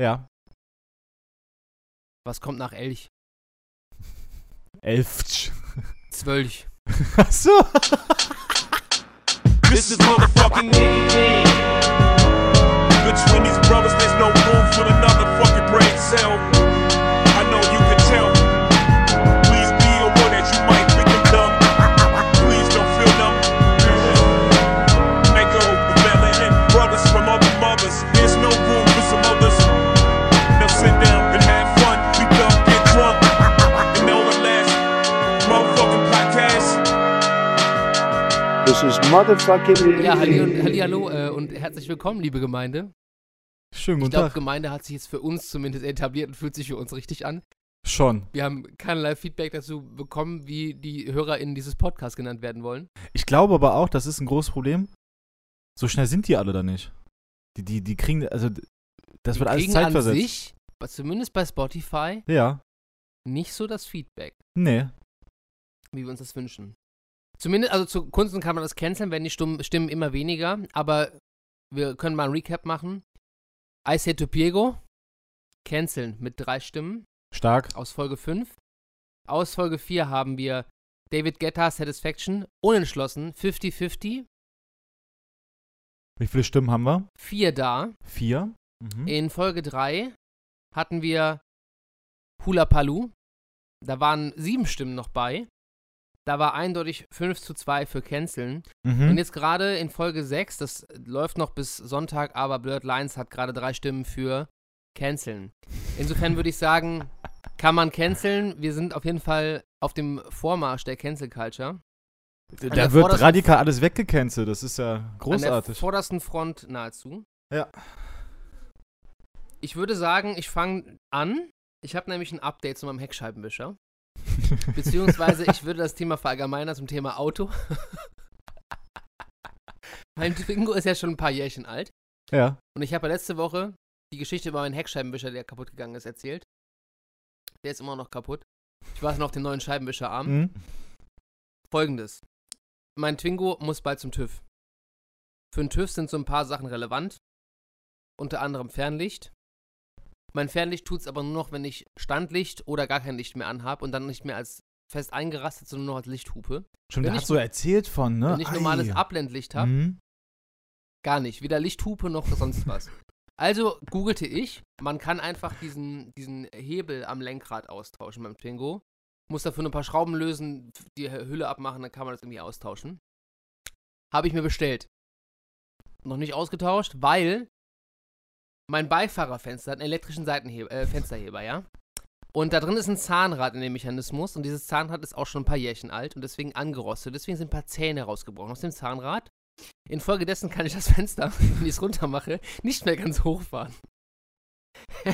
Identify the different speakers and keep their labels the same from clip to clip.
Speaker 1: Ja.
Speaker 2: Was kommt nach Elch?
Speaker 1: Elftsch.
Speaker 2: Zwölch.
Speaker 1: Achso.
Speaker 3: This is motherfucking me. Bitch, when these brothers, there's no room for another fucking brain cell. I know you can tell. Please be aware that you might think I'm dumb. Please don't feel dumb. Make a rebellion brothers from other mothers. There's no room for some others. Now sit down and have fun. We dumb, get drunk. And know the last motherfucking podcast.
Speaker 4: Das ist motherfucking.
Speaker 2: Ja, halli und, hallihallo äh, und herzlich willkommen, liebe Gemeinde.
Speaker 1: Schönen
Speaker 2: Ich
Speaker 1: guten
Speaker 2: glaube,
Speaker 1: Tag.
Speaker 2: Gemeinde hat sich jetzt für uns zumindest etabliert und fühlt sich für uns richtig an.
Speaker 1: Schon.
Speaker 2: Wir haben keinerlei Feedback dazu bekommen, wie die HörerInnen dieses Podcasts genannt werden wollen.
Speaker 1: Ich glaube aber auch, das ist ein großes Problem. So schnell sind die alle da nicht. Die, die, die kriegen, also das
Speaker 2: Die
Speaker 1: wird alles
Speaker 2: kriegen
Speaker 1: zeitversetzt.
Speaker 2: an sich, aber zumindest bei Spotify,
Speaker 1: Ja.
Speaker 2: nicht so das Feedback,
Speaker 1: Nee.
Speaker 2: wie wir uns das wünschen. Zumindest, also zu Kunsten kann man das canceln, werden die Stum- Stimmen immer weniger, aber wir können mal ein Recap machen. I say to Piego, canceln mit drei Stimmen.
Speaker 1: Stark.
Speaker 2: aus Folge 5. Aus Folge 4 haben wir David Guetta Satisfaction, unentschlossen, 50-50,
Speaker 1: Wie viele Stimmen haben wir?
Speaker 2: 4 da.
Speaker 1: Vier. Mhm.
Speaker 2: In Folge 3 hatten wir Hula Palu, da waren 7 Stimmen noch bei. Da war eindeutig 5 zu 2 für Canceln. Und
Speaker 1: Mhm.
Speaker 2: jetzt gerade in Folge 6, das läuft noch bis Sonntag, aber Blurred Lines hat gerade drei Stimmen für Canceln. Insofern würde ich sagen, kann man canceln. Wir sind auf jeden Fall auf dem Vormarsch der Cancel Culture. an der
Speaker 1: Da wird
Speaker 2: vordersten-
Speaker 1: radikal alles weggecancelt. Das ist ja
Speaker 2: An der
Speaker 1: großartig.
Speaker 2: vordersten Front nahezu.
Speaker 1: Ja.
Speaker 2: Ich würde sagen, ich fange an. Ich habe nämlich ein Update zu meinem Heckscheibenwischer. Beziehungsweise ich würde das Thema verallgemeinern zum Thema Auto. mein Twingo ist ja schon ein paar Jährchen alt.
Speaker 1: ja.
Speaker 2: Und ich habe ja letzte Woche die Geschichte über meinen Heckscheibenwischer, der kaputt gegangen ist, erzählt. Der ist immer noch kaputt. Ich warte noch auf den neuen Scheibenwischerarm.
Speaker 1: Mhm.
Speaker 2: Folgendes. Mein Twingo muss bald zum TÜV. Für den TÜV sind so ein paar Sachen relevant. Unter anderem Fernlicht. Mein Fernlicht tut es aber nur noch, wenn ich Standlicht oder gar kein Licht mehr anhab und dann nicht mehr als fest eingerastet, sondern nur noch als Lichthupe.
Speaker 1: Stimmt, der
Speaker 2: Wenn
Speaker 1: hat
Speaker 2: ich-
Speaker 1: so erzählt von, ne?
Speaker 2: Wenn ich normales
Speaker 1: Ei.
Speaker 2: Abblendlicht habe,
Speaker 1: Mhm.
Speaker 2: Gar nicht. Weder Lichthupe noch sonst was. Also googelte ich, man kann einfach diesen, diesen Hebel am Lenkrad austauschen beim Twingo. Muss dafür nur ein paar Schrauben lösen, die Hülle abmachen, dann kann man das irgendwie austauschen. Habe ich mir bestellt. Noch nicht ausgetauscht, weil mein Beifahrerfenster hat einen elektrischen Seitenheber, äh, Fensterheber, ja? Und da drin ist ein Zahnrad in dem Mechanismus und dieses Zahnrad ist auch schon ein paar Jährchen alt und deswegen angerostet. Deswegen sind ein paar Zähne rausgebrochen aus dem Zahnrad. Infolgedessen kann ich das Fenster, wenn ich es runter mache, nicht mehr ganz hochfahren.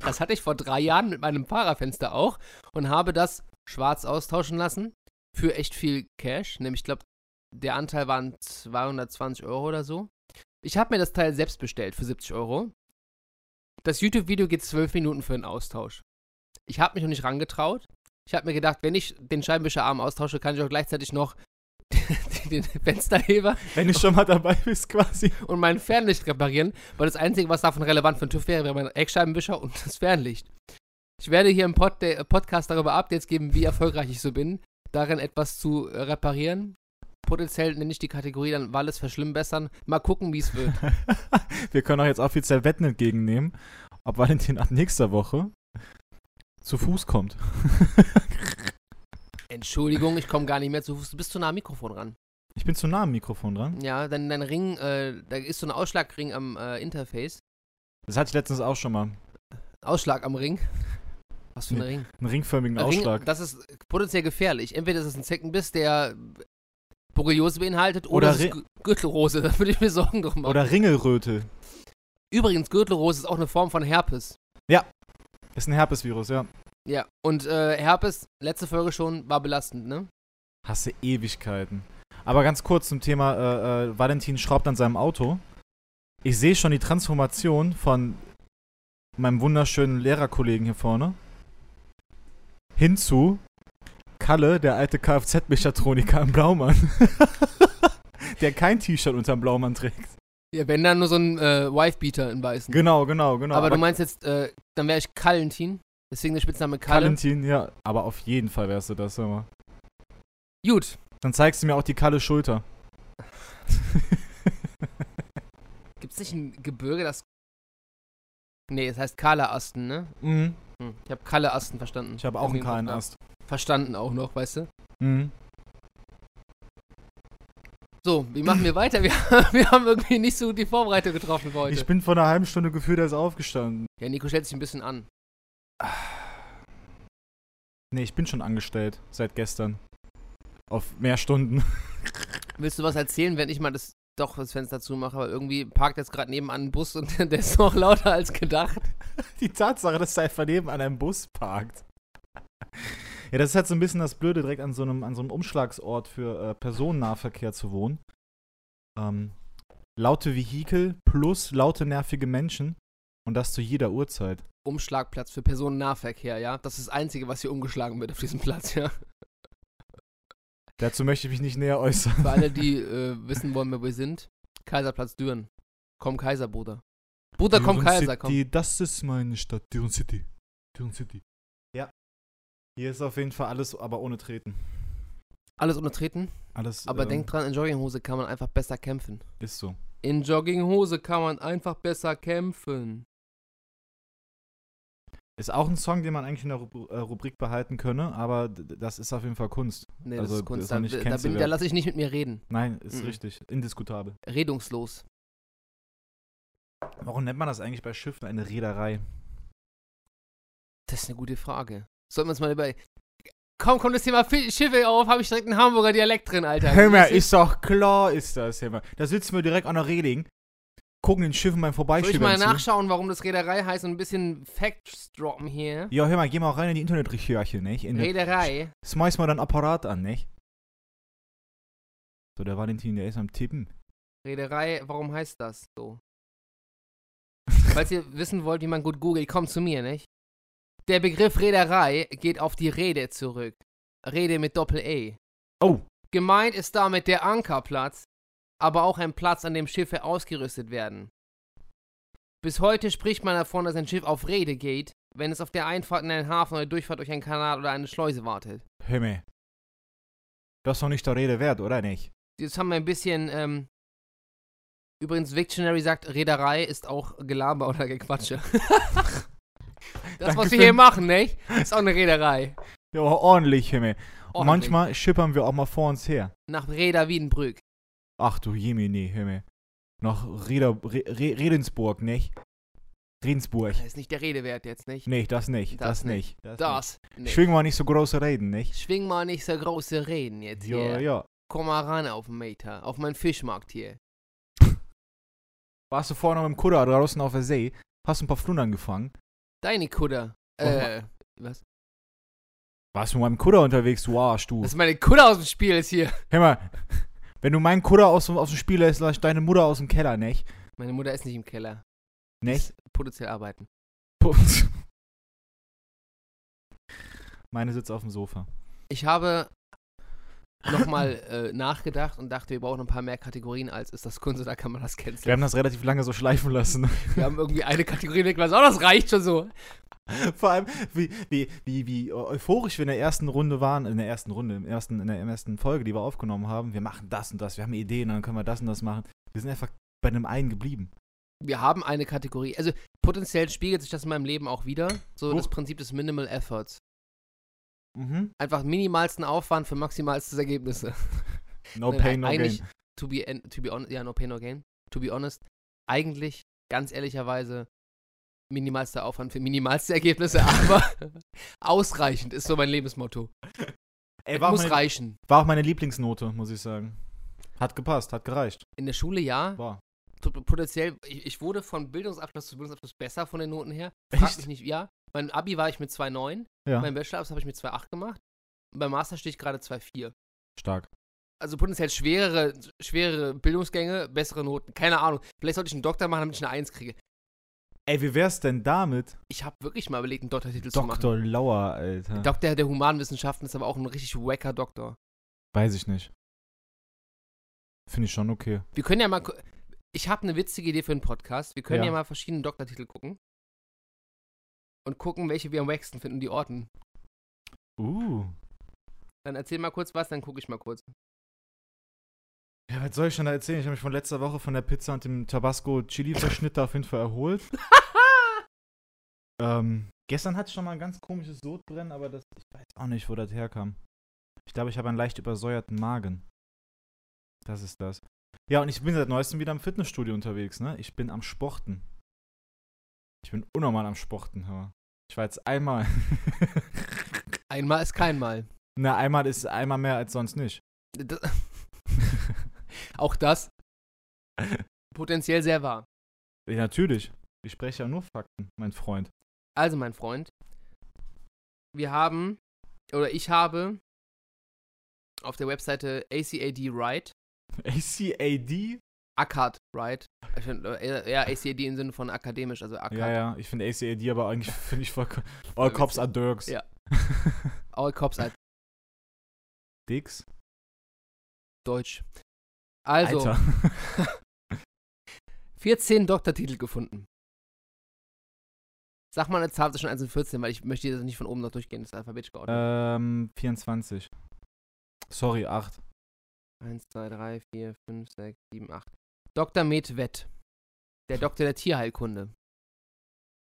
Speaker 2: das hatte ich vor drei Jahren mit meinem Fahrerfenster auch und habe das schwarz austauschen lassen für echt viel Cash. Nämlich, ich glaube, der Anteil waren 220 Euro oder so. Ich habe mir das Teil selbst bestellt für 70 Euro. Das YouTube-Video geht 12 Minuten für einen Austausch. Ich habe mich noch nicht rangetraut. Ich habe mir gedacht, wenn ich den Scheibenwischerarm austausche, kann ich auch gleichzeitig noch den Fensterheber
Speaker 1: Wenn du schon mal dabei bist, quasi.
Speaker 2: und mein Fernlicht reparieren, weil das Einzige, was davon relevant für den TÜV wäre, wäre mein Eckscheibenwischer und das Fernlicht. Ich werde hier im Pod äh, Podcast darüber Updates geben, wie erfolgreich ich so bin, darin etwas zu äh, reparieren. Potenziell nenne ich die Kategorie dann Wallis verschlimmbessern. Mal gucken, wie es wird.
Speaker 1: Wir können auch jetzt offiziell Wetten entgegennehmen, ob Valentin ab nächster Woche zu Fuß kommt.
Speaker 2: Entschuldigung, ich komme gar nicht mehr zu Fuß. Du bist zu nah am Mikrofon ran.
Speaker 1: Ich bin zu nah am Mikrofon dran.
Speaker 2: Ja, dein, dein Ring, äh, da ist so ein Ausschlagring am äh, Interface.
Speaker 1: Das hatte ich letztens auch schon mal.
Speaker 2: Ausschlag am Ring. Was für ein Ring?
Speaker 1: Einen ringförmigen
Speaker 2: Also Ring,
Speaker 1: Ausschlag.
Speaker 2: Das ist potenziell gefährlich. Entweder ist es ein Zeckenbiss, der Borreliose beinhaltet,
Speaker 1: Oder
Speaker 2: oder, es
Speaker 1: Ri-
Speaker 2: ist Gü- Gürtelrose. Da würde ich mir Sorgen drum machen.
Speaker 1: Oder Ringelröte.
Speaker 2: Übrigens, Gürtelrose ist auch eine Form von Herpes.
Speaker 1: Ist ein Herpesvirus, ja.
Speaker 2: Ja, und äh, Herpes, letzte Folge schon, war belastend, ne?
Speaker 1: Hasse Ewigkeiten. Aber ganz kurz zum Thema, äh, äh, Valentin schraubt an seinem Auto. Ich sehe schon die Transformation von meinem wunderschönen Lehrerkollegen hier vorne hin zu Kalle, der alte Kfz-Mechatroniker im Blaumann. der kein T-Shirt unterm Blaumann trägt.
Speaker 2: Ja, wenn dann nur so ein äh, Wifebeater in Weißen.
Speaker 1: Genau, genau, genau.
Speaker 2: aber, du meinst jetzt, äh, dann wäre ich Kallentin. Deswegen der Spitzname Kalle.
Speaker 1: Valentin, ja. Aber auf jeden Fall wärst du das, hör mal.
Speaker 2: Gut,
Speaker 1: Dann zeigst du mir auch die kalle Schulter.
Speaker 2: gibt es nicht ein Gebirge, das. Nee, es heißt Kala-Asten, ne?
Speaker 1: mhm.
Speaker 2: Hm. Ich habe Kalle-Asten verstanden.
Speaker 1: Ich habe auch einen
Speaker 2: Irgendwie-
Speaker 1: kahlen
Speaker 2: ja,
Speaker 1: Ast.
Speaker 2: Verstanden auch noch, weißt du?
Speaker 1: Mhm.
Speaker 2: So, wie machen wir weiter? Wir, wir haben irgendwie nicht so gut die Vorbereitung getroffen für heute.
Speaker 1: Ich bin vor einer halben Stunde gefühlt erst aufgestanden.
Speaker 2: ja, Nico stellt sich ein bisschen an.
Speaker 1: Nee, ich bin schon angestellt. Seit gestern. Auf mehr Stunden.
Speaker 2: Willst du was erzählen, wenn ich mal das doch das Fenster zumache? Aber irgendwie parkt jetzt gerade nebenan ein Bus und der ist noch lauter als gedacht.
Speaker 1: Die Tatsache, dass da einfach neben an einem Bus parkt. Ja, das ist halt so ein bisschen das Blöde, direkt an so einem, an so einem Umschlagsort für äh, Personennahverkehr zu wohnen. Ähm, laute Vehikel plus laute nervige Menschen und das zu jeder Uhrzeit.
Speaker 2: Umschlagplatz für Personennahverkehr, ja? Das ist das Einzige, was hier umgeschlagen wird auf diesem Platz, ja?
Speaker 1: Dazu möchte ich mich nicht näher
Speaker 2: Für
Speaker 1: äußern.
Speaker 2: alle, die äh, wissen wollen, wer wir sind. Kaiserplatz Düren. Komm Kaiser, Bruder. Bruder, komm Kaiser, komm.
Speaker 1: City, das ist meine Stadt, Dürren City. Dürren City. Ja. Hier ist auf jeden Fall alles, aber ohne Treten.
Speaker 2: Alles untertreten.
Speaker 1: Alles
Speaker 2: Aber
Speaker 1: ähm,
Speaker 2: denkt dran, in Jogginghose kann man einfach besser kämpfen.
Speaker 1: ist so.
Speaker 2: In Jogginghose kann man einfach besser kämpfen.
Speaker 1: Ist auch ein Song, den man eigentlich in der Rubri- äh, Rubrik behalten könne, aber d- das ist auf jeden Fall Kunst.
Speaker 2: Nee,
Speaker 1: Also,
Speaker 2: das ist Kunst.
Speaker 1: ist noch
Speaker 2: da,
Speaker 1: nicht
Speaker 2: da, bin, da
Speaker 1: cancelwert.
Speaker 2: lasse ich nicht mit mir reden.
Speaker 1: Nein, ist
Speaker 2: Mhm.
Speaker 1: richtig. Indiskutabel.
Speaker 2: Redungslos.
Speaker 1: Warum nennt man das eigentlich bei Schiffen eine Reederei?
Speaker 2: Das ist eine gute Frage. Sollten wir uns mal über. Komm, kommt das Thema Fi- Schiffe auf, habe ich direkt einen Hamburger Dialekt drin, Alter.
Speaker 1: Hör mal,
Speaker 2: Das
Speaker 1: ist doch klar, ist das, hör mal. Da sitzen wir direkt an der Reding, gucken den Schiffen beim
Speaker 2: Soll ich
Speaker 1: Vorbeischieben
Speaker 2: mal
Speaker 1: zu.
Speaker 2: nachschauen, warum das Reederei heißt und ein bisschen Facts droppen hier?
Speaker 1: Ja, hör mal, geh mal rein in die Internetrecherche, nicht? In die-
Speaker 2: Reederei.
Speaker 1: Schmeiß mal dein Apparat an, nicht? So, der Valentin, der ist am Tippen.
Speaker 2: Reederei, warum heißt das so? Falls ihr wissen wollt, wie man gut googelt, kommt zu mir, nicht? Der Begriff Reederei geht auf die Rede zurück. Rede mit Doppel-E.
Speaker 1: Oh,
Speaker 2: Gemeint ist damit der Ankerplatz, aber auch ein Platz, an dem Schiffe ausgerüstet werden. Bis heute spricht man davon, dass ein Schiff auf Rede geht, wenn es auf der Einfahrt in einen Hafen oder Durchfahrt durch einen Kanal oder eine Schleuse wartet.
Speaker 1: hör mal. Das ist doch nicht der Rede wert, oder nicht?
Speaker 2: Jetzt haben wir ein bisschen, ähm, übrigens, Victionary sagt, Reederei ist auch Gelaber oder Gequatsche. das,
Speaker 1: Danke
Speaker 2: was
Speaker 1: für-
Speaker 2: wir hier machen, nicht? Ist auch eine Reederei.
Speaker 1: Ja, aber ordentlich, hör mal. Und
Speaker 2: Ordentlich.
Speaker 1: manchmal schippern wir auch mal vor uns her.
Speaker 2: Nach Reda Wiedenbrück.
Speaker 1: Ach du Jemini, hör mal. Nach Reda, Re, Re, Redensburg, nicht? Redensburg.
Speaker 2: Das ist nicht der Rede wert jetzt, nicht?
Speaker 1: Nee, das nicht, das,
Speaker 2: Das
Speaker 1: nicht. Das.
Speaker 2: Das. Nee.
Speaker 1: nicht. Schwing mal nicht so große Reden, nicht?
Speaker 2: Schwing mal nicht so große Reden jetzt hier.
Speaker 1: Ja, ja.
Speaker 2: Komm mal ran auf den Meter, auf meinen Fischmarkt hier.
Speaker 1: Warst du vorhin noch mit dem Kutter draußen auf der See? Hast ein paar Flundern gefangen?
Speaker 2: Deine Kudder.
Speaker 1: Mach Uh.
Speaker 2: Äh, was?
Speaker 1: Warst du mit meinem Kutter unterwegs, du Arsch, du.
Speaker 2: Das ist meine Kudder aus dem Spiel jetzt hier.
Speaker 1: Hör mal, wenn du meinen Kutter aus, dem- aus dem Spiel lässt, lass ich deine Mutter aus dem Keller, nicht?
Speaker 2: Meine Mutter ist nicht im Keller.
Speaker 1: Nicht?
Speaker 2: Ist Potenziell arbeiten.
Speaker 1: Putz. Meine sitzt auf dem Sofa.
Speaker 2: Ich habe nochmal äh, nachgedacht und dachte, wir brauchen ein paar mehr Kategorien als ist das Kunst oder kann man das
Speaker 1: Wir
Speaker 2: canceln.
Speaker 1: haben das relativ lange so schleifen lassen.
Speaker 2: Wir haben irgendwie eine Kategorie weg, was auch das reicht schon so.
Speaker 1: Vor allem, wie, wie, wie, wie euphorisch wir in der ersten Runde waren, in der ersten Runde, im ersten, in der ersten Folge, die wir aufgenommen haben. Wir machen das und das, wir haben Ideen, dann können wir das und das machen. Wir sind einfach bei einem einen geblieben.
Speaker 2: Wir haben eine Kategorie. Also potenziell spiegelt sich das in meinem Leben auch wieder. So
Speaker 1: Huch.
Speaker 2: das Prinzip des Minimal Efforts.
Speaker 1: Mhm.
Speaker 2: Einfach minimalsten Aufwand für maximalstes Ergebnisse.
Speaker 1: No
Speaker 2: Nein,
Speaker 1: pain, no
Speaker 2: Äh, eigentlich,
Speaker 1: gain.
Speaker 2: To be, en- to be honest, ja, no pain, no gain. To be honest, eigentlich, ganz ehrlicherweise, minimalster Aufwand für minimalste Ergebnisse, aber ausreichend ist so mein Lebensmotto.
Speaker 1: Ey, war, auch
Speaker 2: Muss
Speaker 1: meine,
Speaker 2: reichen.
Speaker 1: war auch meine Lieblingsnote, muss ich sagen. Hat gepasst, hat gereicht.
Speaker 2: In der Schule ja,
Speaker 1: War.
Speaker 2: Tot- potenziell, ich, ich wurde von Bildungsabschluss zu Bildungsabschluss besser von den Noten her. Frag mich
Speaker 1: Echt?
Speaker 2: nicht, ja. Mein Abi war ich mit 2,9,
Speaker 1: Ja.
Speaker 2: mein Bachelorabschluss habe ich mit 2,8 gemacht. Und beim Master stehe ich gerade 2,4.
Speaker 1: Stark.
Speaker 2: Also potenziell schwerere, schwerere Bildungsgänge, bessere Noten. Keine Ahnung. Vielleicht sollte ich einen Doktor machen, damit ich eine 1 kriege.
Speaker 1: Ey, wie wär's denn damit?
Speaker 2: Ich habe wirklich mal überlegt, einen Doktortitel zu machen.
Speaker 1: Dr. Lauer, Alter.
Speaker 2: Doktor der Humanwissenschaften ist aber auch ein richtig wacker Doktor.
Speaker 1: Weiß ich nicht. Finde ich schon okay.
Speaker 2: Wir können ja mal. ko- Ich habe eine witzige Idee für einen Podcast. Wir können
Speaker 1: Ja.
Speaker 2: ja, mal verschiedene Doktortitel gucken. Und gucken, welche wir am wacksten finden, die Orten.
Speaker 1: Uh.
Speaker 2: Dann erzähl mal kurz was, dann gucke ich mal kurz.
Speaker 1: Ja, was soll ich schon da erzählen? Ich habe mich von letzter Woche von der Pizza und dem Tabasco-Chili-Verschnitt da auf jeden Fall erholt. ähm, gestern hatte ich schon mal ein ganz komisches Sodbrennen, aber das, ich weiß auch nicht, wo das herkam. Ich glaube, ich habe einen leicht übersäuerten Magen. Das ist das. Ja, und ich bin seit neuestem wieder im Fitnessstudio unterwegs, ne? Ich bin am Sporten. Ich bin unnormal am Sporten, hör mal. Ich war jetzt einmal.
Speaker 2: Einmal ist kein Mal.
Speaker 1: Na, einmal ist einmal mehr als sonst nicht.
Speaker 2: D- Auch das potenziell sehr wahr.
Speaker 1: Ja, natürlich. Ich spreche ja nur Fakten, mein Freund.
Speaker 2: Also, mein Freund, wir haben, oder ich habe auf der Webseite ACAD Right,
Speaker 1: ACAD?
Speaker 2: ACAD Right, ich find, äh, ja, ACAD im Sinne von akademisch, also ACAD,
Speaker 1: Ja, ja, ich finde ACAD aber eigentlich, finde ich voll. All
Speaker 2: Voll
Speaker 1: Cops are Dirks.
Speaker 2: Ja. All Cops als
Speaker 1: Dicks?
Speaker 2: Deutsch. Also,
Speaker 1: Alter.
Speaker 2: 14 Doktortitel gefunden. Sag mal eine Zahl zwischen 1 und 14, weil ich möchte jetzt nicht von oben nach durchgehen, das ist alphabetisch geordnet.
Speaker 1: ähm, 24. Sorry, 8. Äh.
Speaker 2: 1, 2, 3, 4, 5, 6, 7, 8. Dr. Medved. Der Doktor der Tierheilkunde.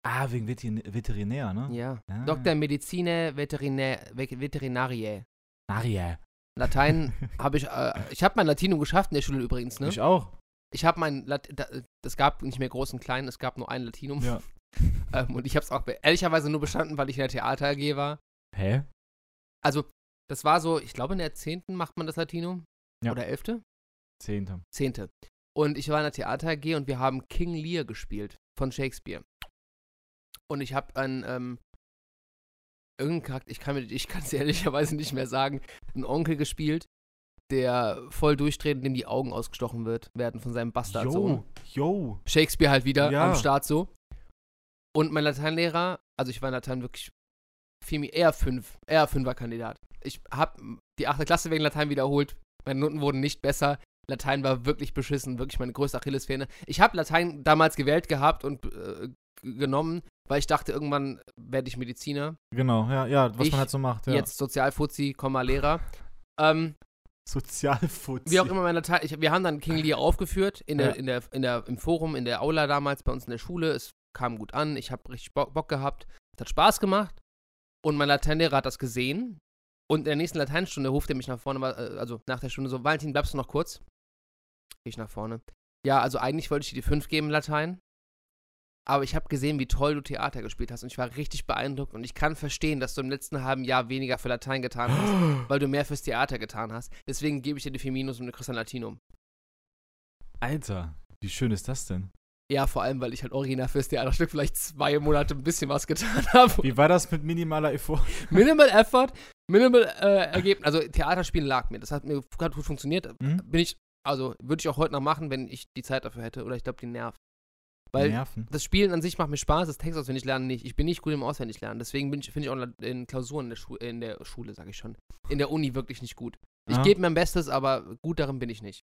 Speaker 1: Ah, wegen Veterin Veterinär, ne?
Speaker 2: Ja.
Speaker 1: Ja.
Speaker 2: Doktor Medizine Veterinä Ve- Veterinariae.
Speaker 1: Maria.
Speaker 2: Latein habe ich. Äh, ich habe mein Latinum geschafft in der Schule übrigens, ne?
Speaker 1: Ich auch.
Speaker 2: Ich habe mein. Lat da, es gab nicht mehr groß und klein, es gab nur ein Latinum.
Speaker 1: Ja.
Speaker 2: Um. Ähm, und ich habe es auch be- ehrlicherweise nur bestanden, weil ich in der Theater AG war.
Speaker 1: Hä?
Speaker 2: Also, das war so, ich glaube, in der 10. macht man das Latinum.
Speaker 1: Ja.
Speaker 2: Oder 11.?
Speaker 1: Zehnter.
Speaker 2: 10. Und ich war in der Theater AG und wir haben King Lear gespielt von Shakespeare. Und ich habe einen, ähm, irgendeinen Charakter, ich kann mir, ich kann es ehrlicherweise nicht mehr sagen, einen Onkel gespielt, der voll durchdreht, dem die Augen ausgestochen wird, werden von seinem Bastardsohn.
Speaker 1: Yo, yo.
Speaker 2: Shakespeare halt wieder
Speaker 1: Ja.
Speaker 2: am Start so. Und mein Lateinlehrer, also ich war in Latein wirklich viel mehr, eher fünf, eher fünfer Kandidat. Ich habe die achte Klasse wegen Latein wiederholt. Meine Noten wurden nicht besser. Latein war wirklich beschissen, wirklich meine größte Achillesfähne. Ich habe Latein damals gewählt gehabt und äh, g- genommen, weil ich dachte, irgendwann werde ich Mediziner.
Speaker 1: Genau, ja, ja, was
Speaker 2: Ich
Speaker 1: man halt so macht. Ja.
Speaker 2: Jetzt Sozialfuzzi, Komma Lehrer. Ähm,
Speaker 1: Sozialfuzzi.
Speaker 2: wie auch immer mein Latein, ich, wir haben dann King Lear aufgeführt in der,
Speaker 1: Ja.
Speaker 2: in der, in der, im Forum, in der Aula damals bei uns in der Schule. Es kam gut an, ich habe richtig Bock, Bock gehabt, es hat Spaß gemacht und mein Lateinlehrer hat das gesehen und in der nächsten Lateinstunde ruft er mich nach vorne, weil, äh, also nach der Stunde so, Valentin, bleibst du noch kurz? Geh ich nach vorne. Ja, also eigentlich wollte ich dir die 5 geben, Latein. Aber ich habe gesehen, wie toll du Theater gespielt hast und ich war richtig beeindruckt und ich kann verstehen, dass du im letzten halben Jahr weniger für Latein getan hast weil du mehr fürs Theater getan hast. Deswegen gebe ich dir die Feminus und die Christian Latinum.
Speaker 1: Alter, wie schön ist das denn?
Speaker 2: Ja, vor allem, weil ich halt original fürs Theaterstück vielleicht zwei Monate ein bisschen was getan habe.
Speaker 1: Wie war das mit minimaler Effort?
Speaker 2: Minimal Effort, minimal äh, Ergebnis. Also Theaterspielen lag mir. Das hat mir hat gut funktioniert.
Speaker 1: Hm?
Speaker 2: Bin ich, also würde ich auch heute noch machen, wenn ich die Zeit dafür hätte. Oder ich glaube, die nervt. Weil
Speaker 1: Nerven.
Speaker 2: das Spielen an sich macht mir Spaß, das Text auswendig lernen nicht. Ich bin nicht gut im Auswendiglernen. Deswegen bin ich, finde ich auch in Klausuren in der, Schu in der Schule, sage ich schon, in der Uni wirklich nicht gut. Ich
Speaker 1: Ja.
Speaker 2: gebe mein Bestes, aber gut darin bin ich nicht.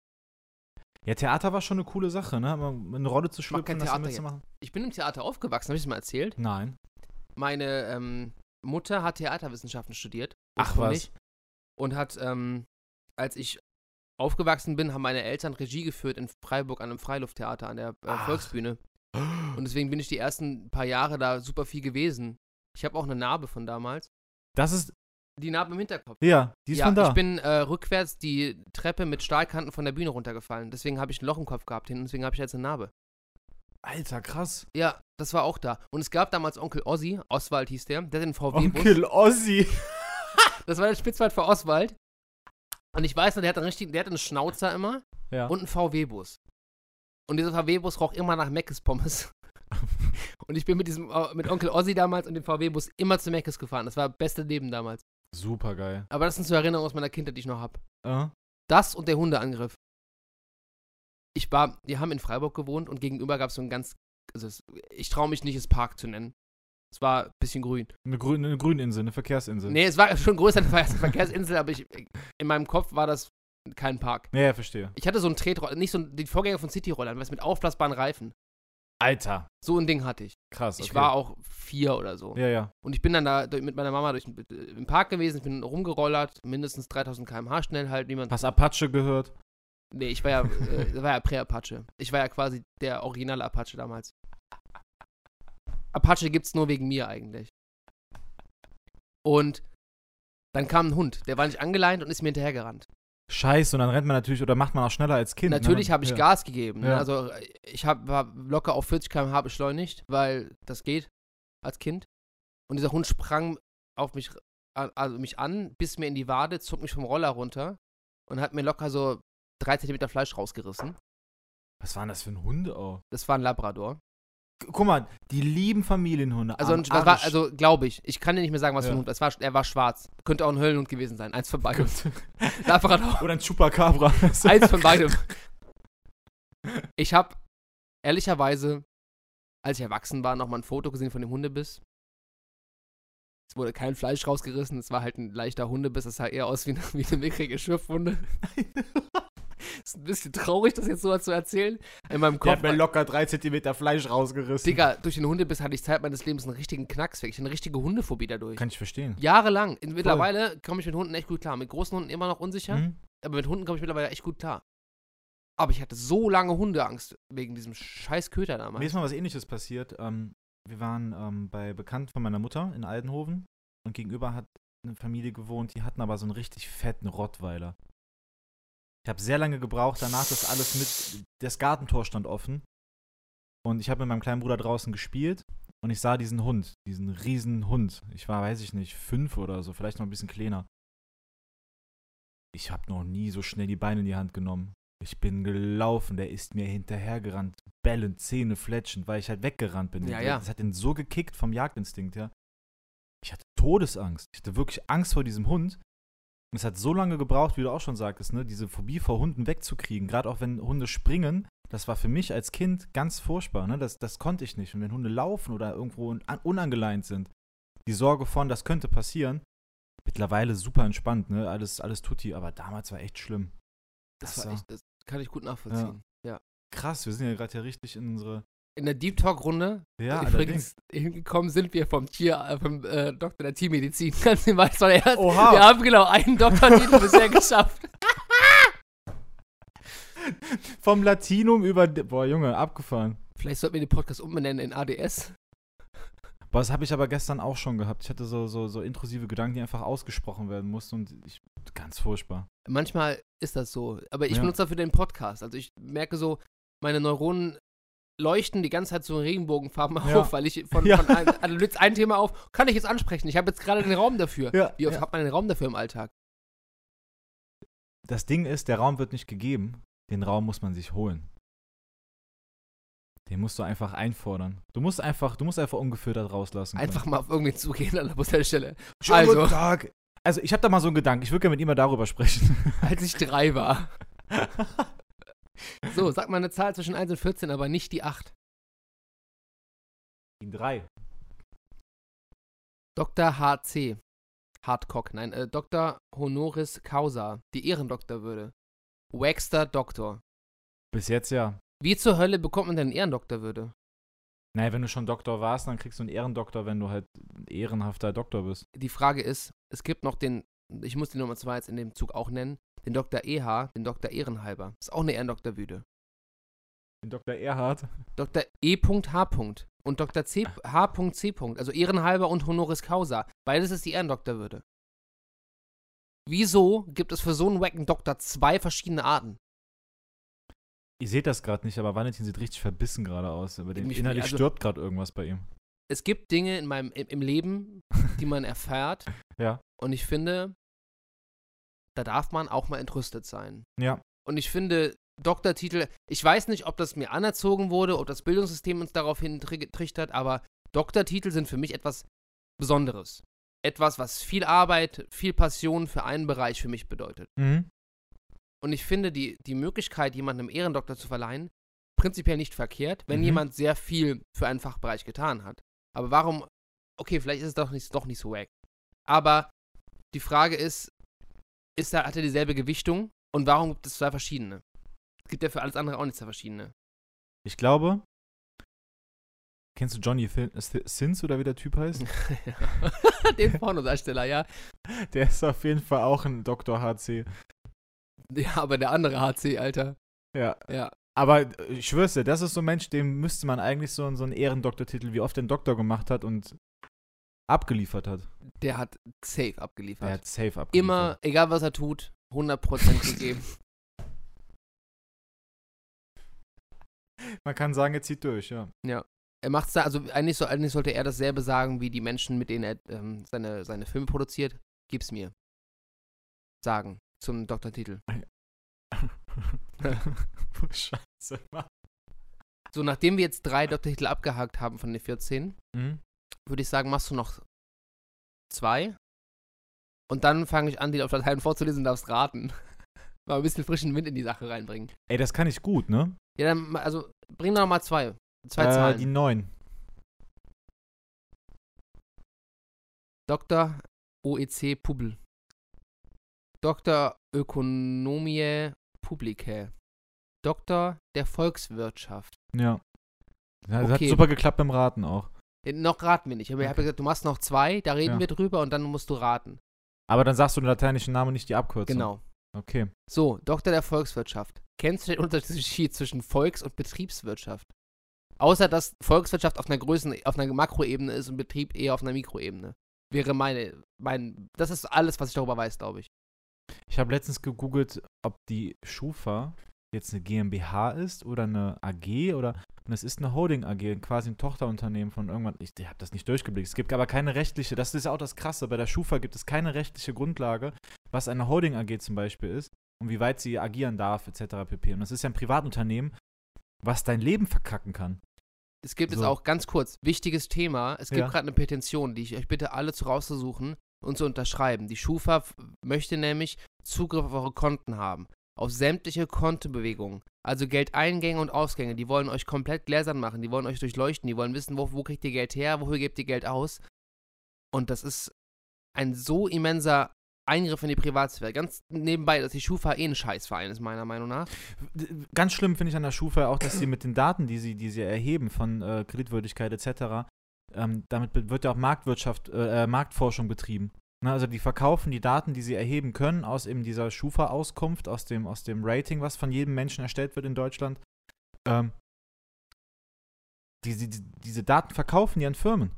Speaker 1: Ja, Theater war schon eine coole Sache, ne? Mal Eine Rolle zu schlüpfen,
Speaker 2: kein
Speaker 1: das
Speaker 2: Theater
Speaker 1: mitzumachen.
Speaker 2: Ich bin im Theater aufgewachsen, habe ich es mal erzählt?
Speaker 1: Nein.
Speaker 2: meine ähm, Mutter hat Theaterwissenschaften studiert.
Speaker 1: Ach,
Speaker 2: ursprünglich. Und hat, ähm, als ich aufgewachsen bin, haben meine Eltern Regie geführt in Freiburg an einem Freilufttheater an der äh,
Speaker 1: Ach.
Speaker 2: Volksbühne. Und deswegen bin ich die ersten paar Jahre da super viel gewesen. Ich habe auch eine Narbe von damals.
Speaker 1: Das ist,
Speaker 2: Die Narbe im Hinterkopf.
Speaker 1: ja, die ist
Speaker 2: ja,
Speaker 1: von da.
Speaker 2: ich bin äh, rückwärts die Treppe mit Stahlkanten von der Bühne runtergefallen. Deswegen habe ich ein Loch im Kopf gehabt hinten, deswegen habe ich jetzt eine Narbe.
Speaker 1: Alter, krass.
Speaker 2: Ja, das war auch da. Und es gab damals Onkel Ossi, Oswald hieß der, der hat den VW-Bus.
Speaker 1: Onkel Ossi.
Speaker 2: Das war der Spitzwald für Oswald. Und ich weiß noch, der hat einen richtigen, der hat einen Schnauzer immer
Speaker 1: Ja.
Speaker 2: und einen VW-Bus. Und dieser VW-Bus roch immer nach Meckes Pommes. Und ich bin mit diesem, äh, mit Onkel Ossi damals und dem VW-Bus immer zu Meckes gefahren. Das war das beste Leben damals.
Speaker 1: Super geil.
Speaker 2: Aber das sind so Erinnerungen aus meiner Kindheit, die ich noch habe.
Speaker 1: Äh?
Speaker 2: Das und der Hundeangriff. Ich war, wir haben in Freiburg gewohnt und gegenüber gab es so ein ganz, also es, ich traue mich nicht, es Park zu nennen. Es war ein bisschen grün.
Speaker 1: Eine, Grün, eine Grüninsel, eine Verkehrsinsel.
Speaker 2: Nee, es war schon größer als eine Verkehrsinsel, aber ich, in meinem Kopf war das keinen Park.
Speaker 1: Ja, ja, verstehe.
Speaker 2: Ich hatte so einen Tretroller, nicht so einen, den Vorgänger von Cityrollern, was mit aufblasbaren Reifen.
Speaker 1: Alter,
Speaker 2: So ein Ding hatte ich.
Speaker 1: krass.
Speaker 2: Ich war auch vier oder so.
Speaker 1: Ja, ja.
Speaker 2: Und ich bin dann da durch- mit meiner Mama durch den im Park gewesen, ich bin rumgerollert, mindestens 3000 km/h schnell halt, niemand.
Speaker 1: Hast Apache gehört?
Speaker 2: Nee, ich war ja, äh, war ja Prä-Apache. Ich war ja quasi der originale Apache damals. Apache gibt's nur wegen mir eigentlich. Und dann kam ein Hund, der war nicht angeleint und ist mir hinterhergerannt.
Speaker 1: Scheiße, und dann rennt man natürlich, oder macht man auch schneller als Kind.
Speaker 2: Natürlich habe ich
Speaker 1: gar
Speaker 2: Gas gegeben. Ne?
Speaker 1: Genau. Ja.
Speaker 2: Also äh, ich hab, war locker auf 40 km/h beschleunigt, weil das geht als Kind. Und dieser Hund sprang auf mich, a- also mich an, biss mir in die Wade, zog mich vom Roller runter und hat mir locker so 3 cm Fleisch rausgerissen.
Speaker 1: Was waren das für ein Hund auch?
Speaker 2: Das war ein Labrador.
Speaker 1: Guck mal, die lieben Familienhunde.
Speaker 2: Also,
Speaker 1: am
Speaker 2: ein, was war,
Speaker 1: Arsch.
Speaker 2: also glaube ich, ich kann dir nicht mehr sagen, was für
Speaker 1: Ja.
Speaker 2: ein Hund das war. Er war schwarz. Könnte auch ein Höllenhund gewesen sein. Eins von beidem.
Speaker 1: Gut.
Speaker 2: Labrador.
Speaker 1: Oder ein Chupacabra.
Speaker 2: Eins von beidem. Ich habe ehrlicherweise, als ich erwachsen war, nochmal ein Foto gesehen von dem Hundebiss. Es wurde kein Fleisch rausgerissen, es war halt ein leichter Hundebiss, das sah eher aus wie eine, wie eine mickrige Schürfwunde. ist ein bisschen traurig, das jetzt so zu erzählen. In meinem
Speaker 1: Der
Speaker 2: Kopf.
Speaker 1: hat mir locker drei Zentimeter Fleisch rausgerissen.
Speaker 2: Digga, durch den Hundebiss hatte ich Zeit meines Lebens einen richtigen Knacks weg. Ich hatte eine richtige Hundephobie dadurch.
Speaker 1: Kann ich verstehen.
Speaker 2: Jahrelang. In- Mittlerweile komme ich mit Hunden echt gut klar. Mit großen Hunden immer noch unsicher,
Speaker 1: Hm?
Speaker 2: aber mit Hunden komme ich mittlerweile echt gut klar. Aber ich hatte so lange Hundeangst wegen diesem scheiß Köter
Speaker 1: Mir
Speaker 2: damals.
Speaker 1: ist mal was ähnliches passiert. Ähm, wir waren ähm, bei Bekannten von meiner Mutter in Aldenhoven und gegenüber hat eine Familie gewohnt, die hatten aber so einen richtig fetten Rottweiler. Ich habe sehr lange gebraucht, danach das alles mit. Das Gartentor stand offen. Und ich habe mit meinem kleinen Bruder draußen gespielt und ich sah diesen Hund, diesen riesen Hund. Ich war, weiß ich nicht, fünf oder so, vielleicht noch ein bisschen kleiner. Ich habe noch nie so schnell die Beine in die Hand genommen. Ich bin gelaufen, der ist mir hinterhergerannt, bellend, Zähne fletschend, weil ich halt weggerannt bin.
Speaker 2: Ja, ja.
Speaker 1: Das hat ihn so gekickt vom Jagdinstinkt her. Ich hatte Todesangst. Ich hatte wirklich Angst vor diesem Hund. Und es hat so lange gebraucht, wie du auch schon sagtest, ne, diese Phobie vor Hunden wegzukriegen. Gerade auch wenn Hunde springen, das war für mich als Kind ganz furchtbar. Ne? Das, das konnte ich nicht. Und wenn Hunde laufen oder irgendwo un- an- unangeleint sind, die Sorge von, das könnte passieren, mittlerweile super entspannt, ne? Alles, alles tutti, aber damals war echt schlimm.
Speaker 2: Das,
Speaker 1: das
Speaker 2: war
Speaker 1: war-
Speaker 2: echt, das kann ich gut nachvollziehen.
Speaker 1: Krass, wir sind ja gerade ja richtig in unsere.
Speaker 2: In der Deep Talk-Runde,
Speaker 1: Ja, allerdings.
Speaker 2: übrigens, hingekommen sind wir vom Tier, äh, vom äh, Doktor der Tiermedizin. Ganz im Weiß, weil er
Speaker 1: Oha.
Speaker 2: Wir haben genau einen Doktortitel bisher geschafft.
Speaker 1: Vom Latinum über. Boah, Junge, abgefahren.
Speaker 2: Vielleicht sollten wir den Podcast umbenennen in ADS.
Speaker 1: Boah, das habe ich aber gestern auch schon gehabt. Ich hatte so, so, so intrusive Gedanken, die einfach ausgesprochen werden mussten und ich. Ganz furchtbar.
Speaker 2: Manchmal ist das so. Aber ich
Speaker 1: Ja.
Speaker 2: benutze dafür den Podcast. Also ich merke so, meine Neuronen leuchten die ganze Zeit so in Regenbogenfarben
Speaker 1: Ja.
Speaker 2: auf, weil ich von,
Speaker 1: Ja.
Speaker 2: von einem, also löst ein Thema auf, kann ich jetzt ansprechen. Ich habe jetzt gerade den Raum dafür.
Speaker 1: Ja,
Speaker 2: Wie oft hat man den Raum dafür im Alltag?
Speaker 1: Das Ding ist, der Raum wird nicht gegeben. Den Raum muss man sich holen. Den musst du einfach einfordern. Du musst einfach, du musst einfach ungefiltert rauslassen. können.
Speaker 2: Einfach mal auf irgendwen zugehen an der Bushaltestelle.
Speaker 1: Schönen
Speaker 2: also-
Speaker 1: guten Tag. Also, ich habe da mal so einen Gedanken. Ich würde gerne mit ihm mal darüber sprechen.
Speaker 2: Als ich drei war. So, sag mal eine Zahl zwischen 1 und 14, aber nicht die 8.
Speaker 1: Gegen drei.
Speaker 2: Dr. H.C. Hardcock, nein, äh, Dr. Honoris Causa, die Ehrendoktorwürde. Waxter Doktor.
Speaker 1: Bis jetzt ja.
Speaker 2: Wie zur Hölle bekommt man denn eine Ehrendoktorwürde?
Speaker 1: Naja, wenn du schon Doktor warst, dann kriegst du einen Ehrendoktor, wenn du halt ein ehrenhafter Doktor bist.
Speaker 2: Die Frage ist, es gibt noch den, ich muss die Nummer 2 jetzt in dem Zug auch nennen, den Dr. E.H., den Dr. Ehrenhalber. Ist auch eine Ehrendoktorwürde.
Speaker 1: Den Doktor Erhard.
Speaker 2: Dr. E.H. und Dr. C. H.C. Also Ehrenhalber und Honoris Causa. Beides ist die Ehrendoktorwürde. Wieso gibt es für so einen wacken Doktor zwei verschiedene Arten?
Speaker 1: Ihr seht das gerade nicht, aber Valentin sieht richtig verbissen gerade aus. Aber dem
Speaker 2: Mich-
Speaker 1: innerlich
Speaker 2: also-
Speaker 1: stirbt gerade irgendwas bei ihm.
Speaker 2: Es gibt Dinge in meinem, im, im Leben, die man erfährt.
Speaker 1: Ja.
Speaker 2: Und ich finde, da darf man auch mal entrüstet sein.
Speaker 1: Ja.
Speaker 2: Und ich finde, Doktortitel, ich weiß nicht, ob das mir anerzogen wurde, ob das Bildungssystem uns daraufhin tri- trichtert, aber Doktortitel sind für mich etwas Besonderes. Etwas, was viel Arbeit, viel Passion für einen Bereich für mich bedeutet.
Speaker 1: Mhm.
Speaker 2: Und ich finde die, die Möglichkeit, jemandem einen Ehrendoktor zu verleihen, prinzipiell nicht verkehrt, wenn
Speaker 1: Mhm.
Speaker 2: jemand sehr viel für einen Fachbereich getan hat. Aber warum, okay, vielleicht ist es doch nicht, doch nicht so wack. Aber die Frage ist, ist da, hat er dieselbe Gewichtung? Und warum gibt es zwei verschiedene? Es gibt ja für alles andere auch nicht zwei verschiedene.
Speaker 1: Ich glaube. Kennst du Johnny Thin- Th- Sins oder wie der Typ heißt?
Speaker 2: Den Pornodarsteller, ja.
Speaker 1: Der ist auf jeden Fall auch ein Dr. HC.
Speaker 2: Ja, aber der andere HC, Alter.
Speaker 1: Ja.
Speaker 2: Ja.
Speaker 1: Aber äh, ich schwör's dir, das ist so ein Mensch, dem müsste man eigentlich so, so einen Ehrendoktortitel, wie oft er einen Doktor gemacht hat und abgeliefert hat.
Speaker 2: Der hat safe
Speaker 1: Er
Speaker 2: abgeliefert.
Speaker 1: hat safe abgeliefert.
Speaker 2: Immer, egal was er tut, 100% gegeben.
Speaker 1: Man kann sagen, er zieht durch, ja.
Speaker 2: Er macht's da, also eigentlich, so, eigentlich sollte er dasselbe sagen wie die Menschen, mit denen er ähm, seine, seine Filme produziert. Gib's mir. Sagen. Zum Doktortitel.
Speaker 1: Scheiße, Mann.
Speaker 2: So, nachdem wir jetzt drei Doktortitel abgehakt haben von den 14,
Speaker 1: Mhm.
Speaker 2: würde ich sagen, machst du noch zwei. Und dann fange ich an, die auf Latein vorzulesen und darfst raten. Mal ein bisschen frischen Wind in die Sache reinbringen.
Speaker 1: Ey, das kann ich gut, ne?
Speaker 2: Ja, dann, ma- also bring doch noch mal zwei. Zwei
Speaker 1: äh,
Speaker 2: Zahlen.
Speaker 1: die neun.
Speaker 2: Dr. OEC Publ. Dr. Ökonomie Publicae. Doktor der Volkswirtschaft.
Speaker 1: Ja. Das hat
Speaker 2: Okay.
Speaker 1: super geklappt beim Raten auch.
Speaker 2: Äh, Noch raten wir nicht. Aber ich habe
Speaker 1: Okay.
Speaker 2: gesagt, du machst noch zwei, da reden
Speaker 1: Ja.
Speaker 2: wir drüber und dann musst du raten.
Speaker 1: Aber dann sagst du den lateinischen Namen und nicht die Abkürzung.
Speaker 2: Genau.
Speaker 1: Okay.
Speaker 2: So, Doktor der Volkswirtschaft. Kennst du den Unterschied zwischen Volks- und Betriebswirtschaft? Außer, dass Volkswirtschaft auf einer Größen, auf einer Makroebene ist und Betrieb eher auf einer Mikroebene. Wäre meine, mein, das ist alles, was ich darüber weiß, glaube ich.
Speaker 1: Ich habe letztens gegoogelt, ob die Schufa jetzt eine GmbH ist oder eine AG oder. Und es ist eine Holding AG, quasi ein Tochterunternehmen von irgendwann. Ich habe das nicht durchgeblickt. Es gibt aber keine rechtliche. Das ist ja auch das Krasse. Bei der Schufa gibt es keine rechtliche Grundlage, was eine Holding AG zum Beispiel ist und wie weit sie agieren darf, etc. pp. Und das ist ja ein Privatunternehmen, was dein Leben verkacken kann.
Speaker 2: Es gibt jetzt
Speaker 1: So.
Speaker 2: auch ganz kurz, wichtiges Thema, es gibt
Speaker 1: Ja.
Speaker 2: gerade eine Petition, die ich euch bitte alle zu rauszusuchen und zu unterschreiben. Die Schufa f- möchte nämlich Zugriff auf eure Konten haben, auf sämtliche Kontenbewegungen, also Geldeingänge und Ausgänge, die wollen euch komplett gläsern machen, die wollen euch durchleuchten, die wollen wissen, wo, wo kriegt ihr Geld her, wofür gebt ihr Geld aus. Und das ist ein so immenser Eingriff in die Privatsphäre. Ganz nebenbei, dass die Schufa eh ein Scheißverein ist, meiner Meinung nach.
Speaker 1: Ganz schlimm finde ich an der Schufa auch, dass sie mit den Daten, die sie, die sie erheben von äh, Kreditwürdigkeit etc., ähm, damit be- wird ja auch Marktwirtschaft, äh, äh, Marktforschung betrieben. Ne, also die verkaufen die Daten, die sie erheben können, aus eben dieser Schufa-Auskunft, aus dem, aus dem Rating, was von jedem Menschen erstellt wird in Deutschland. Ähm, die, die, die, diese Daten verkaufen die an Firmen.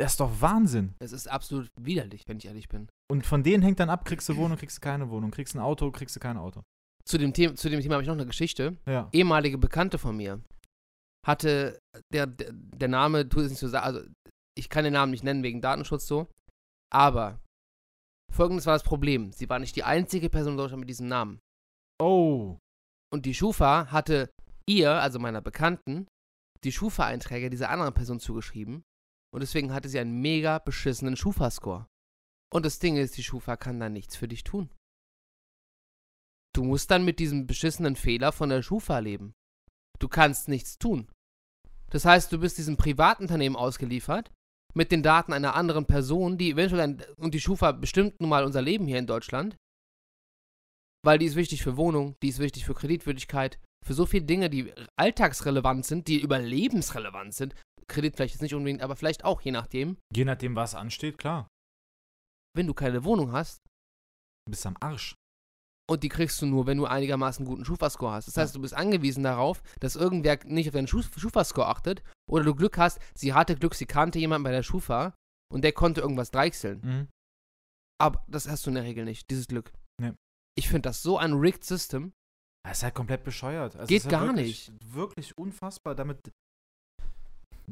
Speaker 1: Das ist doch Wahnsinn.
Speaker 2: Es ist absolut widerlich, wenn ich ehrlich bin.
Speaker 1: Und von denen hängt dann ab, kriegst du Wohnung, kriegst du keine Wohnung, kriegst du ein Auto, kriegst du kein Auto.
Speaker 2: Zu dem, The zu dem Thema habe ich noch eine Geschichte.
Speaker 1: Ja.
Speaker 2: ehemalige Bekannte von mir hatte, der, der, der Name tut es nicht so sagen, also ich kann den Namen nicht nennen wegen Datenschutz so, aber folgendes war das Problem. Sie war nicht die einzige Person in Deutschland mit diesem Namen.
Speaker 1: Oh.
Speaker 2: Und die Schufa hatte ihr, also meiner Bekannten, die Schufa-Einträge dieser anderen Person zugeschrieben und deswegen hatte sie einen mega beschissenen Schufa-Score. Und das Ding ist, die Schufa kann da nichts für dich tun. Du musst dann mit diesem beschissenen Fehler von der Schufa leben. Du kannst nichts tun. Das heißt, du bist diesem Privatunternehmen ausgeliefert mit den Daten einer anderen Person, die eventuell ein, und die Schufa bestimmt nun mal unser Leben hier in Deutschland, weil die ist wichtig für Wohnung, die ist wichtig für Kreditwürdigkeit, für so viele Dinge, die alltagsrelevant sind, die überlebensrelevant sind. Kredit vielleicht jetzt nicht unbedingt, aber vielleicht auch, je nachdem.
Speaker 1: Je nachdem, was ansteht, klar.
Speaker 2: Wenn du keine Wohnung hast,
Speaker 1: Du bist am Arsch.
Speaker 2: Und die kriegst du nur, wenn du einigermaßen guten Schufa-Score hast. Das heißt, du bist angewiesen darauf, dass irgendwer nicht auf deinen Schu- Schufa-Score achtet oder du Glück hast, sie hatte Glück, sie kannte jemanden bei der Schufa und der konnte irgendwas dreichseln.
Speaker 1: Mhm.
Speaker 2: Aber das hast du in der Regel nicht, dieses Glück.
Speaker 1: Nee.
Speaker 2: Ich finde das so ein rigged System.
Speaker 1: Das ist halt komplett bescheuert. Also
Speaker 2: Geht
Speaker 1: es ist halt
Speaker 2: gar
Speaker 1: wirklich, nicht. Wirklich unfassbar. Damit.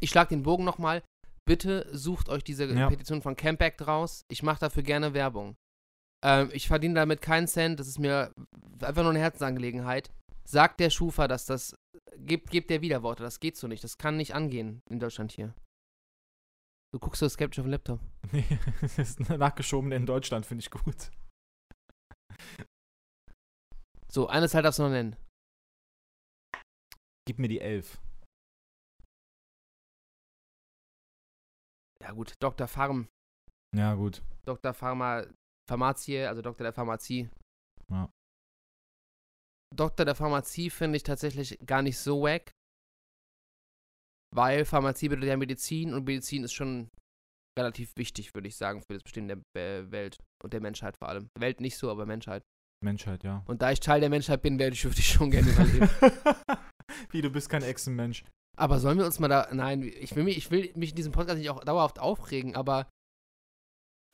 Speaker 2: Ich schlage den Bogen nochmal. Bitte sucht euch diese
Speaker 1: Ja.
Speaker 2: Petition von Campact raus. Ich mache dafür gerne Werbung. Ähm, ich verdiene damit keinen Cent. Das ist mir einfach nur eine Herzensangelegenheit. Sagt der Schufa, dass das. Gebt, gebt der Widerworte. Das geht so nicht. Das kann nicht angehen in Deutschland hier. Du guckst so skeptisch auf den Laptop.
Speaker 1: Nee, das ist nachgeschoben in Deutschland, finde ich gut.
Speaker 2: So, eine Zahl darfst du noch nennen.
Speaker 1: Gib mir die elf.
Speaker 2: Ja, gut. Dr. Farm.
Speaker 1: Ja, gut.
Speaker 2: Dr. Pharma. Pharmazie, also Doktor der Pharmazie. Doktor der Pharmazie finde ich tatsächlich gar nicht so wack. Weil Pharmazie bedeutet ja Medizin und Medizin ist schon relativ wichtig, würde ich sagen, für das Bestehen der äh, Welt und der Menschheit vor allem. Welt nicht so, aber Menschheit.
Speaker 1: Menschheit, ja.
Speaker 2: Und da ich Teil der Menschheit bin, werde ich würde ich schon gerne überleben.
Speaker 1: Wie, du bist kein Echsenmensch.
Speaker 2: aber sollen wir uns mal da. Nein, ich will mich, ich will mich in diesem Podcast nicht auch dauerhaft aufregen, aber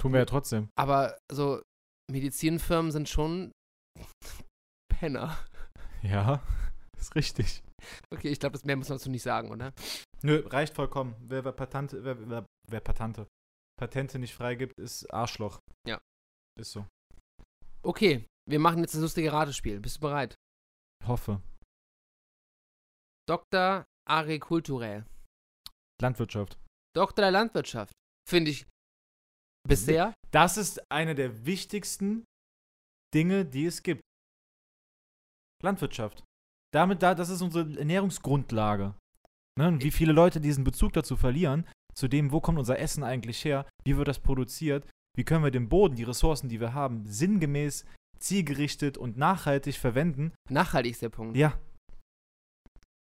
Speaker 1: Tun wir ja trotzdem.
Speaker 2: Aber so Medizinfirmen sind schon Penner.
Speaker 1: Ja, ist richtig.
Speaker 2: Okay, ich glaube, das mehr muss man dazu nicht sagen, oder?
Speaker 1: Nö, reicht vollkommen. Wer, wer, Patente, wer, wer, wer Patente, Patente nicht freigibt, ist Arschloch.
Speaker 2: Ja.
Speaker 1: Ist so.
Speaker 2: Okay, wir machen jetzt das lustige Ratespiel. Bist du bereit?
Speaker 1: Hoffe.
Speaker 2: Dr. Agriculture.
Speaker 1: Landwirtschaft.
Speaker 2: Doktor der Landwirtschaft. Finde ich bisher
Speaker 1: Das ist eine der wichtigsten Dinge, die es gibt. Landwirtschaft. Damit da, das ist unsere Ernährungsgrundlage. Ne? Und wie viele Leute diesen Bezug dazu verlieren, zu dem, wo kommt unser Essen eigentlich her, wie wird das produziert, wie können wir den Boden, die Ressourcen, die wir haben, sinngemäß, zielgerichtet und nachhaltig verwenden.
Speaker 2: nachhaltig ist der Punkt.
Speaker 1: Ja.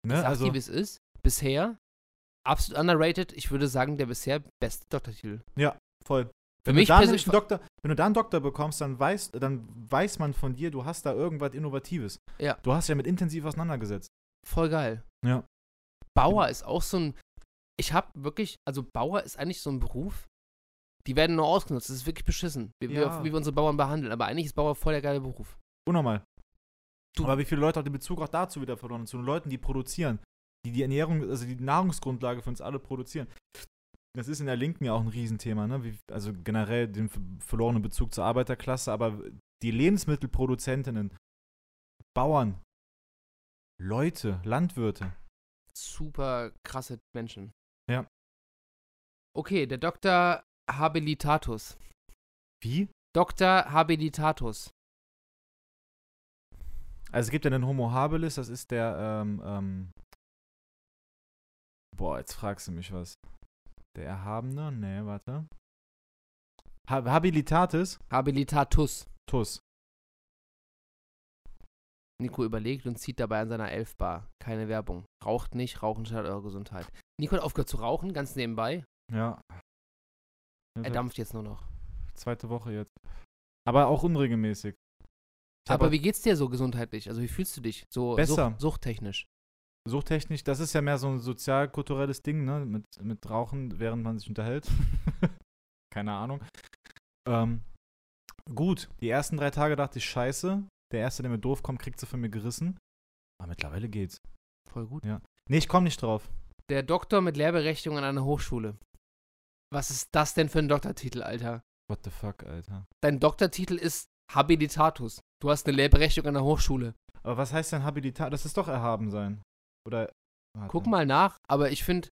Speaker 2: ich
Speaker 1: Ne?
Speaker 2: sag
Speaker 1: Also,
Speaker 2: dir, wie es ist. Bisher absolut underrated. Ich würde sagen, der bisher beste Doktortitel.
Speaker 1: voll.
Speaker 2: Für
Speaker 1: Wenn
Speaker 2: mich
Speaker 1: du da
Speaker 2: persönlich.
Speaker 1: nämlich einen Doktor, wenn du da einen Doktor bekommst, dann weiß, dann weiß man von dir, du hast da irgendwas Innovatives.
Speaker 2: Ja.
Speaker 1: Du hast ja mit intensiv auseinandergesetzt.
Speaker 2: Voll geil.
Speaker 1: Ja.
Speaker 2: Bauer ist auch so ein. Ich habe wirklich, also Bauer ist eigentlich so ein Beruf, die werden nur ausgenutzt. Das ist wirklich beschissen, wie,
Speaker 1: Ja.
Speaker 2: wir, wie wir unsere Bauern behandeln. Aber eigentlich ist Bauer voll der geile Beruf.
Speaker 1: Unnormal.
Speaker 2: Du-
Speaker 1: Aber wie viele Leute auch den Bezug auch dazu wieder verloren, haben, zu den Leuten, die produzieren, die die Ernährung, also die Nahrungsgrundlage für uns alle produzieren. Das ist in der Linken ja auch ein Riesenthema, ne? Wie, also generell den ver- verlorenen Bezug zur Arbeiterklasse, aber die Lebensmittelproduzentinnen, Bauern, Leute, Landwirte.
Speaker 2: Super krasse Menschen.
Speaker 1: Ja.
Speaker 2: Okay, der Doktor Habilitatus.
Speaker 1: Wie?
Speaker 2: Doktor Habilitatus.
Speaker 1: Also es gibt ja den Homo habilis, das ist der, ähm, ähm, boah, jetzt fragst du mich was. Der Erhabene? Nee, warte. Ha Habilitatis?
Speaker 2: Habilitatus.
Speaker 1: Tus.
Speaker 2: Nico überlegt und zieht dabei an seiner Elfbar. Keine Werbung. Raucht nicht, Rauchen schadet eurer Gesundheit. Nico hat aufgehört zu rauchen, ganz nebenbei.
Speaker 1: Ja.
Speaker 2: Er dampft jetzt nur noch.
Speaker 1: Zweite Woche jetzt. Aber auch unregelmäßig. Ich hab
Speaker 2: Aber
Speaker 1: auch
Speaker 2: wie geht's dir so gesundheitlich? Also wie fühlst du dich so
Speaker 1: Besser.
Speaker 2: Sucht, suchttechnisch?
Speaker 1: suchtechnisch, das ist ja mehr so ein sozialkulturelles Ding, ne? Mit, mit Rauchen, während man sich unterhält. Keine Ahnung. Ähm, gut, die ersten drei Tage dachte ich, scheiße, der Erste, der mir doof kommt, kriegt sie von mir gerissen. Aber mittlerweile geht's.
Speaker 2: Voll gut.
Speaker 1: Nee, ich komme nicht drauf.
Speaker 2: Der Doktor mit Lehrberechtigung an einer Hochschule. Was ist das denn für ein Doktortitel, Alter?
Speaker 1: What the fuck, Alter.
Speaker 2: Dein Doktortitel ist Habilitatus. Du hast eine Lehrberechtigung an der Hochschule.
Speaker 1: Aber was heißt denn Habilitat? Das ist doch erhaben sein. Oder. warte.
Speaker 2: Guck mal nach, aber ich finde,